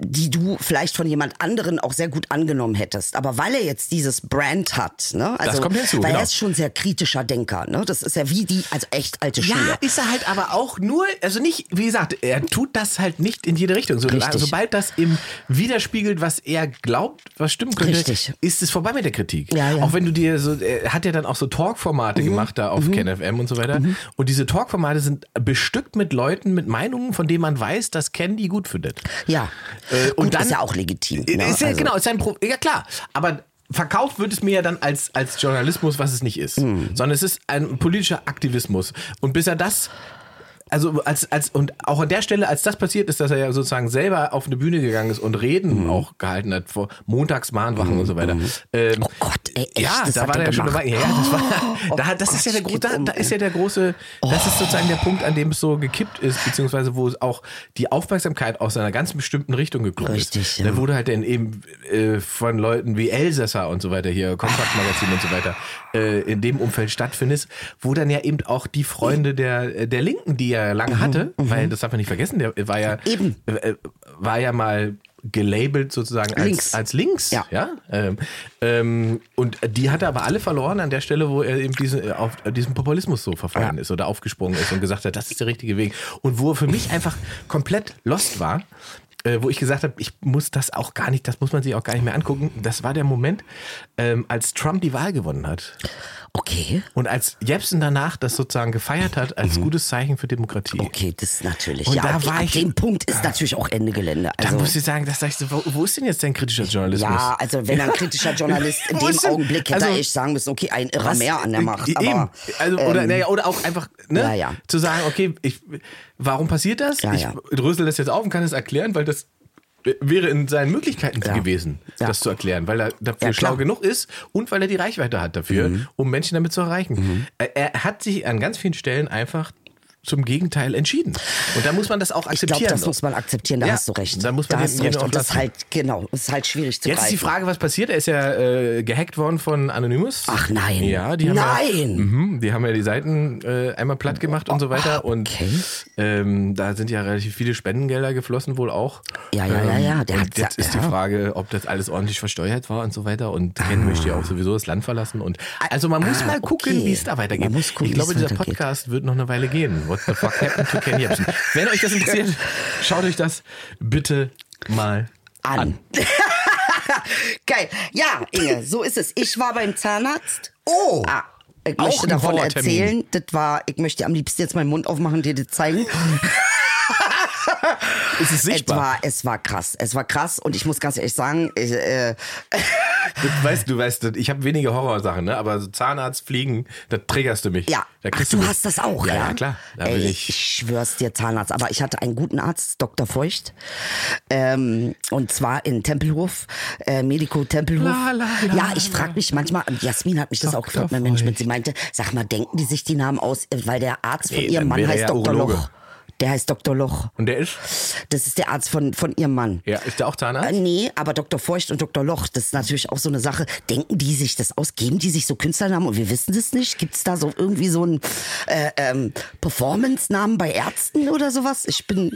Speaker 4: die du vielleicht von jemand anderen auch sehr gut angenommen hättest. Aber weil er jetzt dieses Brand hat, ne? also
Speaker 5: kommt hinzu,
Speaker 4: weil
Speaker 5: genau.
Speaker 4: er ist schon ein sehr kritischer Denker. Ne? Das ist ja wie die, also echt alte Schule.
Speaker 5: Ja, ist er halt aber auch nur, also nicht, wie gesagt, er tut das halt nicht in jede Richtung. So,
Speaker 4: Richtig.
Speaker 5: Sobald das im widerspiegelt, was er glaubt, was stimmen könnte,
Speaker 4: Richtig.
Speaker 5: ist es vorbei mit der Kritik.
Speaker 4: Ja, Mhm. ja.
Speaker 5: Auch wenn du dir so, er hat ja dann auch so Talk-Formate gemacht da auf KenFM und so weiter.
Speaker 4: Mhm.
Speaker 5: Und diese Talk-Formate sind bestückt mit Leuten, mit Meinungen, von denen man weiß, dass Ken die gut findet.
Speaker 4: Ja.
Speaker 5: Äh, und
Speaker 4: Gut,
Speaker 5: dann-
Speaker 4: ist ja auch legitim.
Speaker 5: Äh,
Speaker 4: ne?
Speaker 5: Ist ja,
Speaker 4: Also-
Speaker 5: genau, ist ja ein Pro ja klar, aber verkauft wird es mir ja dann als, als Journalismus, was es nicht ist,
Speaker 4: Hm.
Speaker 5: sondern es ist ein politischer Aktivismus und bis er das also als, als und auch an der Stelle, als das passiert ist, dass er ja sozusagen selber auf eine Bühne gegangen ist und
Speaker 4: Hm.
Speaker 5: Reden auch gehalten hat vor Montagsmahnwachen und so weiter. Ähm,
Speaker 4: Oh Gott, ey, echt,
Speaker 5: ja,
Speaker 4: das
Speaker 5: da
Speaker 4: hat
Speaker 5: war
Speaker 4: er
Speaker 5: der schon
Speaker 4: gemacht.
Speaker 5: dabei. Ja, ja, das war,
Speaker 4: Oh
Speaker 5: da, das ist ja
Speaker 4: Gott,
Speaker 5: der
Speaker 4: ich
Speaker 5: große,
Speaker 4: kipp
Speaker 5: da,
Speaker 4: um,
Speaker 5: da ist
Speaker 4: ey.
Speaker 5: ja der große, das ist sozusagen
Speaker 4: Oh.
Speaker 5: der Punkt, an dem es so gekippt ist, beziehungsweise wo es auch die Aufmerksamkeit aus einer ganz bestimmten Richtung geklungen ist.
Speaker 4: Richtig, ja.
Speaker 5: Da wurde halt dann eben äh, von Leuten wie Elsässer und so weiter hier, Kompaktmagazin und so weiter, äh, in dem Umfeld stattfindet, wo dann ja eben auch die
Speaker 4: Mhm.
Speaker 5: Freunde der, der Linken, die er lange hatte, weil das darf man nicht vergessen, der war ja,
Speaker 4: Eben.
Speaker 5: äh, war ja mal gelabelt sozusagen als
Speaker 4: Links.
Speaker 5: links, als links
Speaker 4: Ja.
Speaker 5: Ähm, ähm, und die hat er aber alle verloren an der Stelle, wo er eben diesen, äh, auf diesen Populismus so verfallen ist oder aufgesprungen ist und gesagt hat, das ist der richtige Weg. Und wo er für mich einfach komplett lost war, äh, wo ich gesagt habe, ich muss das auch gar nicht, das muss man sich auch gar nicht mehr angucken. Das war der Moment, ähm, als Trump die Wahl gewonnen hat.
Speaker 4: Okay,
Speaker 5: Und als Jepsen danach das sozusagen gefeiert hat, als gutes Zeichen für Demokratie.
Speaker 4: Mhm. okay, das ist natürlich.
Speaker 5: Und
Speaker 4: ja,
Speaker 5: da
Speaker 4: okay,
Speaker 5: war
Speaker 4: ab
Speaker 5: ich-
Speaker 4: dem Punkt ist natürlich auch Ende Gelände.
Speaker 5: Da
Speaker 4: Also,
Speaker 5: muss ich sagen, das sag ich so, wo, wo ist denn jetzt dein kritischer Journalismus?
Speaker 4: ja, also wenn ein kritischer Journalist in
Speaker 5: *laughs* Wo
Speaker 4: dem
Speaker 5: ist denn-
Speaker 4: Augenblick hätte
Speaker 5: also-
Speaker 4: ich sagen müssen, okay, ein Irrer
Speaker 5: Was?
Speaker 4: mehr an der Macht.
Speaker 5: Eben.
Speaker 4: Aber,
Speaker 5: also, oder,
Speaker 4: ähm,
Speaker 5: naja, oder auch einfach ne,
Speaker 4: ja, ja.
Speaker 5: zu sagen, okay, ich, warum passiert das?
Speaker 4: Ja,
Speaker 5: ich
Speaker 4: ja.
Speaker 5: drösel das jetzt auf und kann es erklären, weil das wäre in seinen Möglichkeiten
Speaker 4: Ja.
Speaker 5: gewesen,
Speaker 4: Ja.
Speaker 5: das zu erklären, weil er dafür
Speaker 4: Ja, klar. Mhm.
Speaker 5: schlau genug ist und weil er die Reichweite hat dafür, um Menschen damit zu erreichen. Er, er hat sich an ganz vielen Stellen einfach zum Gegenteil entschieden. Und da muss man das auch
Speaker 4: Ich
Speaker 5: akzeptieren.
Speaker 4: glaube, das muss man akzeptieren, da
Speaker 5: Ja,
Speaker 4: hast du recht.
Speaker 5: da muss man
Speaker 4: da
Speaker 5: den
Speaker 4: hast du
Speaker 5: jeden
Speaker 4: recht.
Speaker 5: auch
Speaker 4: Und das ist
Speaker 5: lassen.
Speaker 4: halt, genau, ist halt schwierig zu
Speaker 5: Jetzt ist
Speaker 4: greifen.
Speaker 5: die Frage, was passiert? Er ist ja äh, gehackt worden von Anonymous.
Speaker 4: Ach nein.
Speaker 5: Ja, die haben
Speaker 4: Nein!
Speaker 5: Ja, mhm, die haben ja die Seiten äh, einmal platt gemacht und so weiter. Und
Speaker 4: Oh, Okay.
Speaker 5: ähm, da sind ja relativ viele Spendengelder geflossen, wohl auch.
Speaker 4: Ja, ja, ja, ja, der
Speaker 5: Der
Speaker 4: hat's
Speaker 5: und jetzt
Speaker 4: ja-
Speaker 5: ist die
Speaker 4: ja.
Speaker 5: Frage, ob das alles ordentlich versteuert war und so weiter. Und Ken möchte ja auch sowieso das Land verlassen. Und also man muss
Speaker 4: Ah,
Speaker 5: mal gucken,
Speaker 4: okay.
Speaker 5: wie es da weitergeht.
Speaker 4: Man muss gucken,
Speaker 5: ich glaube,
Speaker 4: wie es
Speaker 5: dieser
Speaker 4: weitergeht.
Speaker 5: Podcast wird noch eine Weile gehen. What the fuck happened to Ken Jebsen? Wenn euch
Speaker 4: *laughs*
Speaker 5: das interessiert, schaut euch das bitte mal
Speaker 4: an. *laughs* Geil. Ja, Inge, so ist es. Ich war beim Zahnarzt.
Speaker 5: Oh.
Speaker 4: Ah, ich
Speaker 5: Auch
Speaker 4: möchte
Speaker 5: ein
Speaker 4: davon
Speaker 5: Horrortermin.
Speaker 4: erzählen. Das war, ich möchte am liebsten jetzt meinen Mund aufmachen und dir das zeigen.
Speaker 5: Ist es
Speaker 4: Es
Speaker 5: sichtbar?
Speaker 4: war, es war krass. Es war krass und ich muss ganz ehrlich sagen, ich, äh, *laughs*
Speaker 5: Du weißt, du weißt, ich habe wenige Horrorsachen, ne? aber so Zahnarzt, Fliegen, da triggerst du mich.
Speaker 4: ja,
Speaker 5: Da
Speaker 4: Ach,
Speaker 5: kriegst
Speaker 4: du
Speaker 5: mich.
Speaker 4: hast das auch,
Speaker 5: ja?
Speaker 4: ja?
Speaker 5: Ja, klar. Da
Speaker 4: Ey,
Speaker 5: bin
Speaker 4: ich.
Speaker 5: ich.
Speaker 4: schwör's dir, Zahnarzt. Aber ich hatte einen guten Arzt, Dr. Feucht. Ähm, und zwar in Tempelhof, äh, Medico Tempelhof.
Speaker 5: La, la, la,
Speaker 4: ja, ich frage mich manchmal, und Jasmin hat mich das auch
Speaker 5: Dr.
Speaker 4: gefragt, mein Mensch,
Speaker 5: Feucht.
Speaker 4: mit sie meinte, sag mal, denken die sich die Namen aus, Äh, weil der Arzt von
Speaker 5: Nee,
Speaker 4: ihrem
Speaker 5: dann
Speaker 4: Mann
Speaker 5: wäre
Speaker 4: heißt
Speaker 5: er
Speaker 4: Dr.
Speaker 5: Urologe.
Speaker 4: Loch. Der heißt Dr. Loch.
Speaker 5: Und der ist?
Speaker 4: Das ist der Arzt von, von ihrem Mann.
Speaker 5: Ja, ist der auch
Speaker 4: Äh,
Speaker 5: Zahnarzt?
Speaker 4: Nee, aber Dr. Feucht und Dr. Loch, das ist natürlich auch so eine Sache. Denken die sich das aus? Geben die sich so Künstlernamen und wir wissen das nicht? Gibt es da so irgendwie so einen äh, ähm, Performance-Namen bei Ärzten oder sowas? Ich bin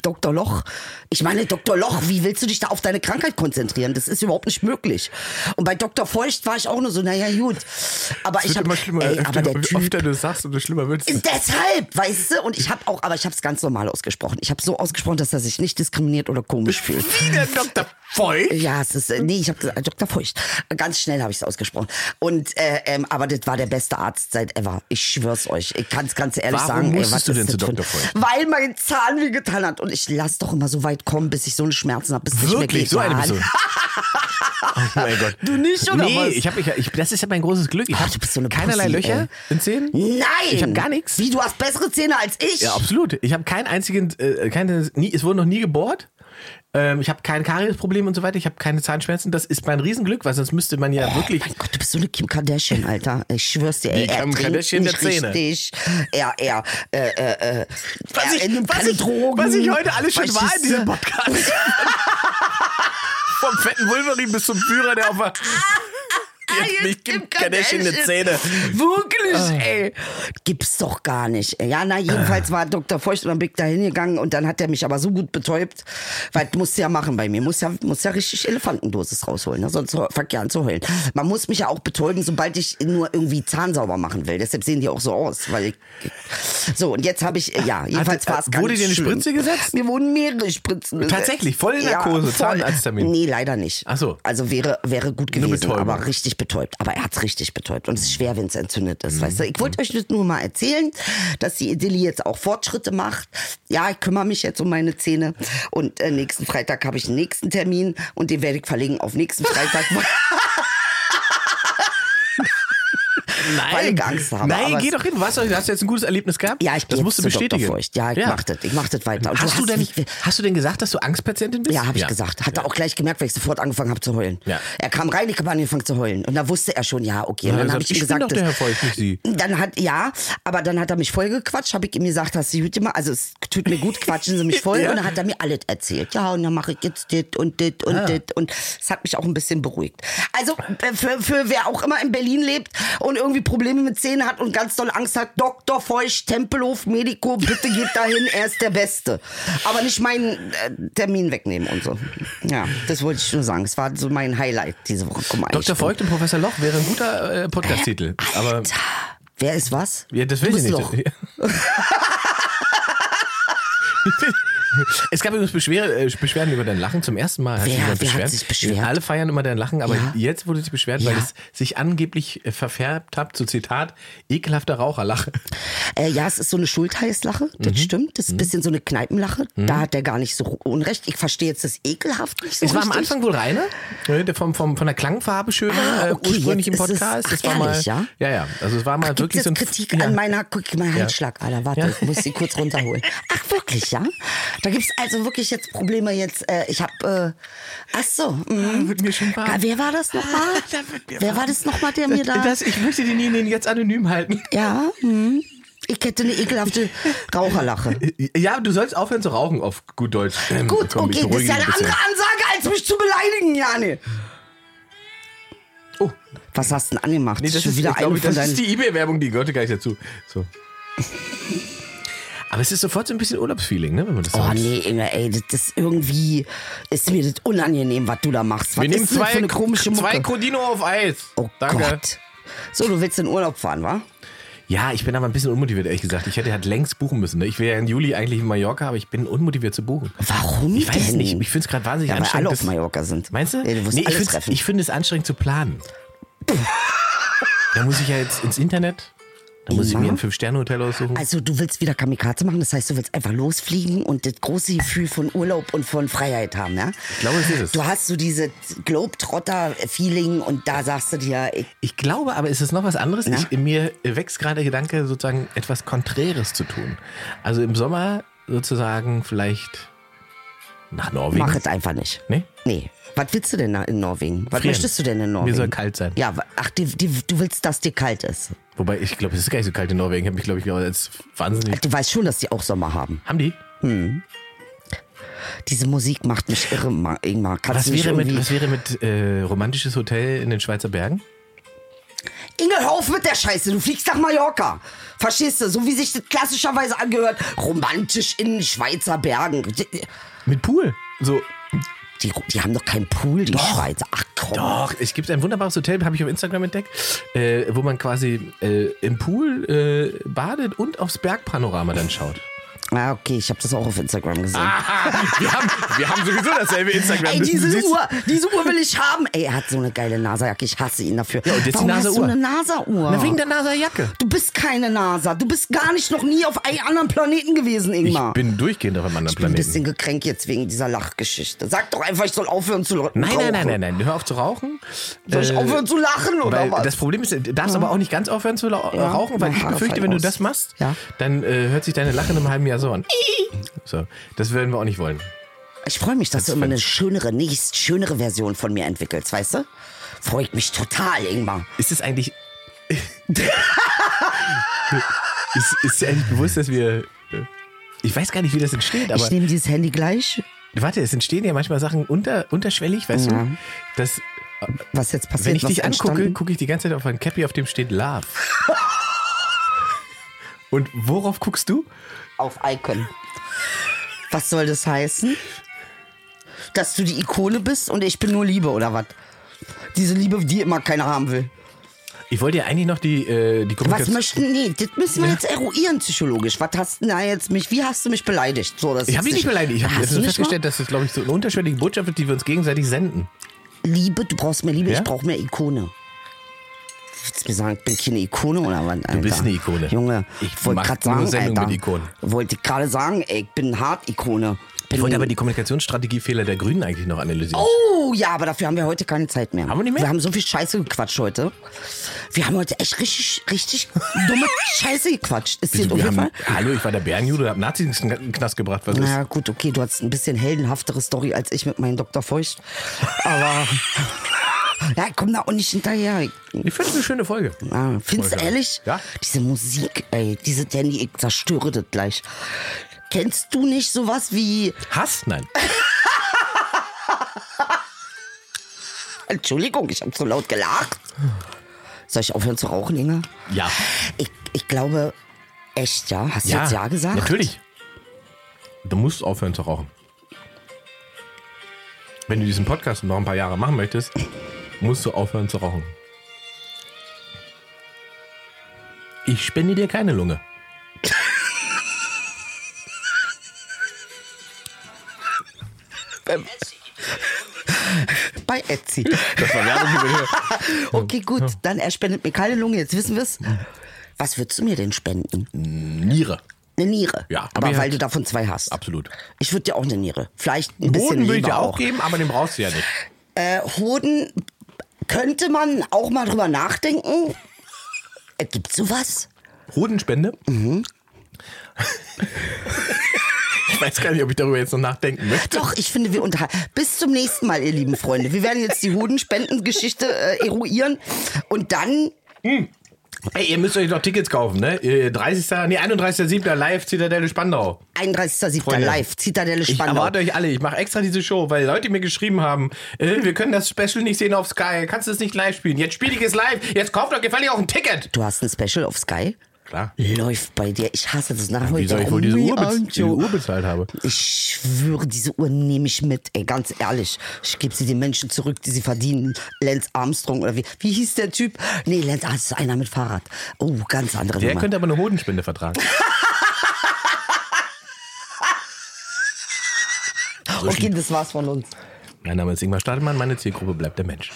Speaker 4: Dr. Loch. Ich meine, Dr. Loch, wie willst du dich da auf deine Krankheit konzentrieren? Das ist überhaupt nicht möglich. Und bei Dr. Feucht war ich auch nur so, naja, gut. Aber ich habe. Ey, aber der Typ
Speaker 5: du es sagst, umso schlimmer wird
Speaker 4: Deshalb, weißt du? Und ich habe auch, aber ich habe es ganz normal ausgesprochen. Ich habe so ausgesprochen, dass er sich nicht diskriminiert oder komisch fühlt.
Speaker 5: Wie der Dr. Voll?
Speaker 4: Ja, es ist, äh, nee, ich habe gesagt, Dr. Feucht. Ganz schnell habe ich es ausgesprochen. Und, äh, ähm, aber das war der beste Arzt seit ever. Ich schwör's euch. Ich kann's ganz ehrlich
Speaker 5: Warum
Speaker 4: sagen.
Speaker 5: musstest
Speaker 4: was
Speaker 5: du
Speaker 4: ist
Speaker 5: denn
Speaker 4: das
Speaker 5: zu
Speaker 4: für ein-
Speaker 5: Dr. Feucht?
Speaker 4: Weil mein Zahn weh getan hat. Und ich lass doch immer so weit kommen, bis ich so eine Schmerzen habe, bis es nicht mehr
Speaker 5: Wirklich,
Speaker 4: geht.
Speaker 5: so eine
Speaker 4: Mann.
Speaker 5: bist du. Oh mein Gott.
Speaker 4: Du nicht, oder
Speaker 5: nee,
Speaker 4: was?
Speaker 5: Ich hab, ich, ich, das ist ja mein großes Glück. Ich
Speaker 4: Ach,
Speaker 5: habe
Speaker 4: du bist so eine
Speaker 5: keinerlei
Speaker 4: Pussy,
Speaker 5: Löcher
Speaker 4: ey.
Speaker 5: in Zähnen.
Speaker 4: Nein!
Speaker 5: Ich habe gar nichts.
Speaker 4: Wie, du hast bessere Zähne als ich?
Speaker 5: Ja, absolut. Ich habe keinen einzigen, äh, keine, nie, es wurde noch nie gebohrt. Ähm, ich habe kein Kariesproblem und so weiter. Ich habe keine Zahnschmerzen. Das ist mein Riesenglück, weil sonst müsste man ja
Speaker 4: Oh
Speaker 5: wirklich.
Speaker 4: mein Gott, du bist so eine Kim Kardashian, Alter. Ich schwör's dir, ey.
Speaker 5: Die
Speaker 4: er
Speaker 5: Kim
Speaker 4: trinkt
Speaker 5: Kardashian der
Speaker 4: nicht
Speaker 5: Zähne.
Speaker 4: Richtig. Er, er, äh, äh, äh. er nimmt keine Drogen.
Speaker 5: was ich heute alles schon war in
Speaker 4: Verstehst
Speaker 5: diesem
Speaker 4: du?
Speaker 5: Podcast. Vom fetten Wolverine bis zum Führer, der auf der.
Speaker 4: Ah,
Speaker 5: Jetzt nicht Kim Kardashian eine Zähne. Ah.
Speaker 4: Wirklich? nicht, ey. Gibt's doch gar nicht. ey. Ja, na, jedenfalls war Dr. Feucht und dann bin ich da hingegangen und dann hat er mich aber so gut betäubt, weil das musst du ja machen bei mir. Muss ja, muss ja richtig Elefantendosis rausholen, ne? sonst verkehr an zu heulen. Man muss mich ja auch betäuben, sobald ich nur irgendwie zahnsauber machen will. Deshalb sehen die auch so aus, weil ich, so, und jetzt habe ich, ja, jedenfalls
Speaker 5: äh,
Speaker 4: war es ganz
Speaker 5: wurde dir eine
Speaker 4: schlimm.
Speaker 5: Spritze gesetzt?
Speaker 4: Mir wurden mehrere Spritzen gesetzt.
Speaker 5: Tatsächlich? Volle Narkose,
Speaker 4: voll.
Speaker 5: Zahnarzttermin?
Speaker 4: Nee, leider nicht.
Speaker 5: Ach so.
Speaker 4: Also wäre, wäre gut gewesen,
Speaker 5: Betäubung.
Speaker 4: aber richtig betäubt. Aber er hat's richtig betäubt. Und es ist schwer, wenn es entzündet ist. Weißt du? Ich wollte euch das nur mal erzählen, dass die Idilli jetzt auch Fortschritte macht. Ja, ich kümmere mich jetzt um meine Zähne. Und äh, nächsten Freitag habe ich einen nächsten Termin und den werde ich verlegen auf nächsten
Speaker 5: *laughs*
Speaker 4: Freitag. Weil ich Angst habe,
Speaker 5: Nein,
Speaker 4: aber
Speaker 5: geh
Speaker 4: es-
Speaker 5: doch hin. Was, hast du jetzt ein gutes Erlebnis gehabt?
Speaker 4: ja, ich
Speaker 5: das
Speaker 4: gehe
Speaker 5: musst
Speaker 4: jetzt
Speaker 5: du
Speaker 4: zu
Speaker 5: bestätigen.
Speaker 4: Dr. Feucht. Ja, ich mach das. Ich mach das weiter. Und
Speaker 5: Hast du, denn,
Speaker 4: mich-
Speaker 5: hast du denn gesagt, dass du Angstpatientin bist?
Speaker 4: Ja, habe ich gesagt. Hat er auch gleich gemerkt, weil ich sofort angefangen habe zu heulen.
Speaker 5: Ja.
Speaker 4: Er kam rein, ich habe angefangen zu heulen. Und da wusste er schon, ja, okay. Und
Speaker 5: Ja,
Speaker 4: dann
Speaker 5: er
Speaker 4: habe ich
Speaker 5: sagt,
Speaker 4: ihm
Speaker 5: ich bin
Speaker 4: gesagt,
Speaker 5: doch der
Speaker 4: dass-
Speaker 5: Herr Feucht, nicht Sie.
Speaker 4: Dann hat, ja, aber dann hat er mich voll gequatscht, habe ich ihm gesagt, hast du gut gemacht? Also es tut mir gut, quatschen Sie mich
Speaker 5: *laughs*
Speaker 4: voll. Und dann hat er mir alles erzählt. Ja, und dann mache ich jetzt dit und dit
Speaker 5: Ah.
Speaker 4: und dit. Und es hat mich auch ein bisschen beruhigt. Also äh, für, für wer auch immer in Berlin lebt und irgendwie Probleme mit Zähnen hat und ganz doll Angst hat, Dr. Feucht, Tempelhof, Medico, bitte geht dahin, er ist der Beste. Aber nicht meinen äh, Termin wegnehmen und so. Ja, das wollte ich nur sagen. Es war so mein Highlight diese Woche. Guck mal, ich
Speaker 5: Dr.
Speaker 4: bin-
Speaker 5: Voigt und Professor Loch wäre ein guter äh, Podcast-Titel. Aber
Speaker 4: Alter, wer ist was?
Speaker 5: ja, das
Speaker 4: Du
Speaker 5: will ich
Speaker 4: bist
Speaker 5: nicht.
Speaker 4: Loch.
Speaker 5: *laughs* es gab übrigens Beschwer äh, Beschwerden über dein Lachen. Zum ersten Mal hat
Speaker 4: Wer-
Speaker 5: sich jemand
Speaker 4: wer hat
Speaker 5: beschwert.
Speaker 4: sich beschwert?
Speaker 5: Alle feiern immer dein Lachen, aber
Speaker 4: Ja.
Speaker 5: jetzt wurde sich beschwert, weil
Speaker 4: Ja.
Speaker 5: es sich angeblich äh, verfärbt hat, zu Zitat, ekelhafter Raucherlache.
Speaker 4: Äh, ja, es ist so eine Schultheißlache,
Speaker 5: Mhm.
Speaker 4: das stimmt. Das ist ein bisschen so eine Kneipenlache. Da hat er gar nicht so unrecht. Ich verstehe jetzt *laughs* das ekelhaft nicht so
Speaker 5: es war am
Speaker 4: richtig.
Speaker 5: Anfang wohl reiner, ne, der vom, vom, von der Klangfarbe schöner,
Speaker 4: Ah,
Speaker 5: äh,
Speaker 4: okay,
Speaker 5: ursprünglich im
Speaker 4: jetzt ist es-
Speaker 5: Podcast.
Speaker 4: ach,
Speaker 5: das war
Speaker 4: ehrlich, ja?
Speaker 5: mal, ja, ja. Also es war mal
Speaker 4: Ach, gibt's
Speaker 5: wirklich
Speaker 4: jetzt
Speaker 5: so ein
Speaker 4: Kritik
Speaker 5: ja.
Speaker 4: an meiner, guck mal, Handschlagader. Warte,
Speaker 5: Ja.
Speaker 4: ich muss sie kurz runterholen. Ach, wirklich, ja? Da gibt's also wirklich jetzt Probleme jetzt. Äh, ich habe, äh, ach so. mhm.
Speaker 5: Wird mir schon warm.
Speaker 4: Ah, Wer war das
Speaker 5: *laughs*
Speaker 4: nochmal? Wer war das nochmal, der mir da...
Speaker 5: Das, ich möchte den Ihnen jetzt anonym halten.
Speaker 4: ja, mhm. ich hätte eine ekelhafte Raucherlache.
Speaker 5: Ja, du sollst aufhören zu rauchen auf gut Deutsch. Ähm,
Speaker 4: Gut,
Speaker 5: komm,
Speaker 4: okay, das
Speaker 5: ich
Speaker 4: ist
Speaker 5: beruhige
Speaker 4: ja
Speaker 5: dich
Speaker 4: eine
Speaker 5: ein bisschen.
Speaker 4: andere Ansage, als mich zu beleidigen, Jane.
Speaker 5: Oh,
Speaker 4: Was hast du denn angemacht?
Speaker 5: nee, das
Speaker 4: Schon
Speaker 5: ist, äh,
Speaker 4: wieder
Speaker 5: ich glaube,
Speaker 4: eine von
Speaker 5: das
Speaker 4: deinen-
Speaker 5: ist die E-Mail-Werbung, die gehörte gar nicht dazu. So. Aber es ist sofort so ein bisschen Urlaubsfeeling, ne, wenn man das
Speaker 4: Oh
Speaker 5: sagt.
Speaker 4: nee, Inge, ey, das ist irgendwie, ist mir das unangenehm, was du da machst. Was
Speaker 5: Wir nehmen
Speaker 4: ist denn das
Speaker 5: zwei,
Speaker 4: für eine komische Mucke?
Speaker 5: zwei Crodino auf Eis.
Speaker 4: oh
Speaker 5: Danke.
Speaker 4: Gott. So, du willst in Urlaub fahren, wa?
Speaker 5: Ja, ich bin aber ein bisschen unmotiviert, ehrlich gesagt. Ich hätte halt längst buchen müssen. Ne? Ich wäre ja im Juli eigentlich in Mallorca, aber ich bin unmotiviert zu buchen.
Speaker 4: Warum
Speaker 5: Ich weiß
Speaker 4: denn?
Speaker 5: nicht. Ich finde es gerade wahnsinnig
Speaker 4: ja, weil alle
Speaker 5: anstrengend.
Speaker 4: auf
Speaker 5: das-
Speaker 4: Mallorca sind.
Speaker 5: Meinst du?
Speaker 4: Ja, du musst
Speaker 5: ich
Speaker 4: alle
Speaker 5: find's-
Speaker 4: treffen.
Speaker 5: ich finde es anstrengend zu planen. da muss ich ja jetzt ins Internet. Da muss ich
Speaker 4: Ja.
Speaker 5: mir ein Fünf-Sterne-Hotel aussuchen.
Speaker 4: also du willst wieder Kamikaze machen, das heißt, du willst einfach losfliegen und das große Gefühl von Urlaub und von Freiheit haben, ja?
Speaker 5: Ich glaube, das ist es.
Speaker 4: Du hast so dieses Globetrotter-Feeling und da sagst du dir, ich,
Speaker 5: Ich glaube aber, es ist noch was anderes.
Speaker 4: Na?
Speaker 5: Ich, in mir wächst gerade der Gedanke, sozusagen etwas Konträres zu tun. Also im Sommer sozusagen vielleicht nach Norwegen.
Speaker 4: mach es einfach nicht.
Speaker 5: Nee?
Speaker 4: Nee. Was willst du denn in Norwegen? Was
Speaker 5: Frieren.
Speaker 4: möchtest du denn in Norwegen?
Speaker 5: Mir soll kalt sein.
Speaker 4: Ja, wa- ach, die, die, du willst, dass dir kalt ist.
Speaker 5: Wobei, ich glaube, es ist gar nicht so kalt in Norwegen. Ich habe mich, glaube ich, auch als wahnsinnig...
Speaker 4: Du weißt schon, dass die auch Sommer haben.
Speaker 5: Haben die?
Speaker 4: Diese Musik macht mich irre, Ma- Ingmar. Kannst
Speaker 5: Was
Speaker 4: du nicht
Speaker 5: wäre, mit,
Speaker 4: irgendwie-
Speaker 5: was wäre mit äh, romantisches Hotel in den Schweizer Bergen?
Speaker 4: Inge, hör auf mit der Scheiße. Du fliegst nach Mallorca. Verstehst du? So wie sich das klassischerweise angehört. Romantisch in den Schweizer Bergen. Die,
Speaker 5: Mit Pool? So,
Speaker 4: die, die haben doch keinen Pool, die Schweizer. Ach komm.
Speaker 5: Doch, es gibt ein wunderbares Hotel, habe ich auf Instagram entdeckt, äh, wo man quasi äh, im Pool äh, badet und aufs Bergpanorama dann schaut.
Speaker 4: Ah, okay, ich habe das auch auf Instagram gesehen.
Speaker 5: wir, haben, wir haben sowieso dasselbe Instagram.
Speaker 4: Ey,
Speaker 5: Ah, Das-
Speaker 4: diese
Speaker 5: siehst- Ah.
Speaker 4: Uhr, diese Uhr will ich haben. Ey, er hat so eine geile NASA-Jacke, ich hasse ihn dafür.
Speaker 5: und jetzt die
Speaker 4: Warum hast du
Speaker 5: NASA-Uhr.
Speaker 4: eine NASA-Uhr?
Speaker 5: Na, wegen der NASA-Jacke.
Speaker 4: Du bist keine NASA. Du bist gar nicht noch nie auf einem anderen Planeten gewesen,
Speaker 5: Ich
Speaker 4: Ingmar.
Speaker 5: bin durchgehend auf einem anderen
Speaker 4: Ich bin ein
Speaker 5: Planeten.
Speaker 4: bisschen gekränkt jetzt wegen dieser Lachgeschichte. Sag doch einfach, ich soll aufhören zu lachen.
Speaker 5: Nein, nein, nein, nein, nein, hör auf zu rauchen.
Speaker 4: Soll ich
Speaker 5: Äh,
Speaker 4: aufhören zu lachen oder
Speaker 5: Weil
Speaker 4: was?
Speaker 5: das Problem ist, äh, du darfst aber auch nicht ganz aufhören zu lau-
Speaker 4: Ja.
Speaker 5: rauchen, weil
Speaker 4: Na,
Speaker 5: ich
Speaker 4: Haare
Speaker 5: befürchte,
Speaker 4: fallen
Speaker 5: wenn du
Speaker 4: aus.
Speaker 5: das machst,
Speaker 4: Ja.
Speaker 5: dann äh, hört sich deine Lache in einem halben Jahr so an. So, das werden wir auch nicht wollen.
Speaker 4: ich freue mich, dass du immer eine schönere, nächst schönere Version von mir entwickelst, weißt du? Freut mich total, Ingmar.
Speaker 5: Ist es *laughs* eigentlich. ist, ist dir eigentlich bewusst, dass wir. äh, Ich weiß gar nicht, wie das entsteht, aber.
Speaker 4: ich nehme dieses Handy gleich.
Speaker 5: Warte, es entstehen ja manchmal Sachen unter, unterschwellig, weißt
Speaker 4: Ja.
Speaker 5: du? Dass,
Speaker 4: Was jetzt passiert?
Speaker 5: wenn ich
Speaker 4: was
Speaker 5: dich angucke,
Speaker 4: entstanden- *laughs*
Speaker 5: gucke ich die ganze Zeit auf ein Cappy, auf dem steht Love. Und worauf guckst du?
Speaker 4: auf Icon. Was soll das heißen? Dass du die Ikone bist und ich bin nur Liebe oder was? Diese Liebe, die immer keiner haben will.
Speaker 5: Ich wollte ja eigentlich noch die, äh, die
Speaker 4: Was
Speaker 5: Kommunikation.
Speaker 4: möchten, nee, das müssen wir jetzt eruieren psychologisch. Was hast du da jetzt mich, wie hast du mich beleidigt? So, das
Speaker 5: Ich habe
Speaker 4: ist
Speaker 5: dich nicht beleidigt. Ich habe
Speaker 4: Hast du nicht
Speaker 5: festgestellt, dass das, glaube ich, so eine unterschwellige Botschaft ist, die wir uns gegenseitig senden.
Speaker 4: mal? Liebe, du brauchst mehr Liebe,
Speaker 5: Ja?
Speaker 4: ich brauche mehr Ikone. Willst du mir sagen, ich bin keine Ikone oder was? Alter?
Speaker 5: bist eine Ikone.
Speaker 4: Junge,
Speaker 5: Ich
Speaker 4: ich wollte
Speaker 5: mach
Speaker 4: gerade
Speaker 5: nur
Speaker 4: sagen,
Speaker 5: Sendung
Speaker 4: Alter,
Speaker 5: mit Ikonen.
Speaker 4: Wollte gerade sagen, ey, ich bin hart Ikone.
Speaker 5: Ich wollte
Speaker 4: bin-
Speaker 5: aber die Kommunikationsstrategiefehler der Grünen eigentlich noch analysieren.
Speaker 4: Äh. Oh, ja, aber dafür haben wir heute keine Zeit mehr.
Speaker 5: Haben wir nicht mehr?
Speaker 4: Wir haben so viel Scheiße gequatscht heute. Wir haben heute echt richtig, richtig
Speaker 5: *laughs*
Speaker 4: dumme Scheiße gequatscht. Ist dir
Speaker 5: Wir haben,
Speaker 4: aufgefallen?
Speaker 5: hallo, ich war der Bärenjude, hab Nazis in den Knast gebracht. Was ist?
Speaker 4: Na gut, okay, du hast ein bisschen heldenhaftere Story als ich mit meinem Dr. Feucht.
Speaker 5: *laughs*
Speaker 4: Aber. Ja, ich komm da auch nicht hinterher.
Speaker 5: Ich finde es eine schöne Folge.
Speaker 4: Ah, findest du
Speaker 5: Voll geil.
Speaker 4: ehrlich?
Speaker 5: Ja.
Speaker 4: Diese Musik, ey, diese Danny, ich zerstöre das gleich. Kennst du nicht sowas wie.
Speaker 5: Hass? Nein.
Speaker 4: Entschuldigung, ich habe so laut gelacht. Soll ich aufhören zu rauchen, Inge?
Speaker 5: Ja.
Speaker 4: Ich, ich glaube, echt, ja? Hast du jetzt Ja gesagt?
Speaker 5: Natürlich. Du musst aufhören zu rauchen. Wenn du diesen Podcast noch ein paar Jahre machen möchtest, musst du aufhören zu rauchen. Ich spende dir keine Lunge.
Speaker 4: Bei Etsy.
Speaker 5: Das war Werbung die wir
Speaker 4: *laughs*
Speaker 5: hier-
Speaker 4: Okay, gut, dann er spendet mir keine Lunge, jetzt wissen wir's. Was würdest du mir denn spenden?
Speaker 5: Niere.
Speaker 4: Eine Niere.
Speaker 5: Ja, aber
Speaker 4: aber,
Speaker 5: ihr
Speaker 4: weil
Speaker 5: habt-
Speaker 4: du davon zwei hast.
Speaker 5: Absolut.
Speaker 4: Ich würde dir auch eine Niere. Vielleicht ein bisschen
Speaker 5: Boden würde ich
Speaker 4: Leber
Speaker 5: dir auch
Speaker 4: auch.
Speaker 5: geben, aber den brauchst du ja nicht.
Speaker 4: Äh, Hoden könnte man auch mal drüber nachdenken. Äh, Gibt's sowas?
Speaker 5: Hodenspende.
Speaker 4: Mhm.
Speaker 5: *laughs* ich weiß gar nicht, ob ich darüber jetzt noch nachdenken möchte.
Speaker 4: Doch, ich finde, wir unterhalten. Bis zum nächsten Mal, ihr lieben Freunde. Wir werden jetzt die Hodenspendengeschichte äh, eruieren und dann
Speaker 5: Ey, ihr müsst euch noch Tickets kaufen, ne? Äh, 30. Nee, 31.07. live Zitadelle Spandau.
Speaker 4: 31.07.
Speaker 5: Freunde,
Speaker 4: live, Zitadelle
Speaker 5: Ich
Speaker 4: Spandau.
Speaker 5: erwarte euch alle. Ich mache extra diese Show, weil Leute mir geschrieben haben, äh, wir können das Special nicht sehen auf Sky. Kannst du es nicht live spielen? Jetzt spiele ich es live. Jetzt kauft euch gefällig auch ein Ticket.
Speaker 4: Du hast ein Special auf Sky?
Speaker 5: Klar.
Speaker 4: Läuft bei dir. Ich hasse das nach heute.
Speaker 5: Wie soll ich wohl diese
Speaker 4: Me
Speaker 5: Uhr, bez
Speaker 4: and
Speaker 5: diese
Speaker 4: you.
Speaker 5: Uhr bezahlt habe?
Speaker 4: Ich schwöre, diese Uhr nehme ich mit. Ey, ganz ehrlich. Ich gebe sie den Menschen zurück, die sie verdienen. Lance Armstrong oder wie? Wie hieß der Typ? Nee, Lance Armstrong ist einer mit Fahrrad. Oh, ganz andere
Speaker 5: Der
Speaker 4: Nummer.
Speaker 5: könnte aber eine Hodenspende vertragen.
Speaker 4: okay, das war's von uns.
Speaker 5: Mein Name ist Ingmar Stadelmann. Meine Zielgruppe bleibt der Mensch.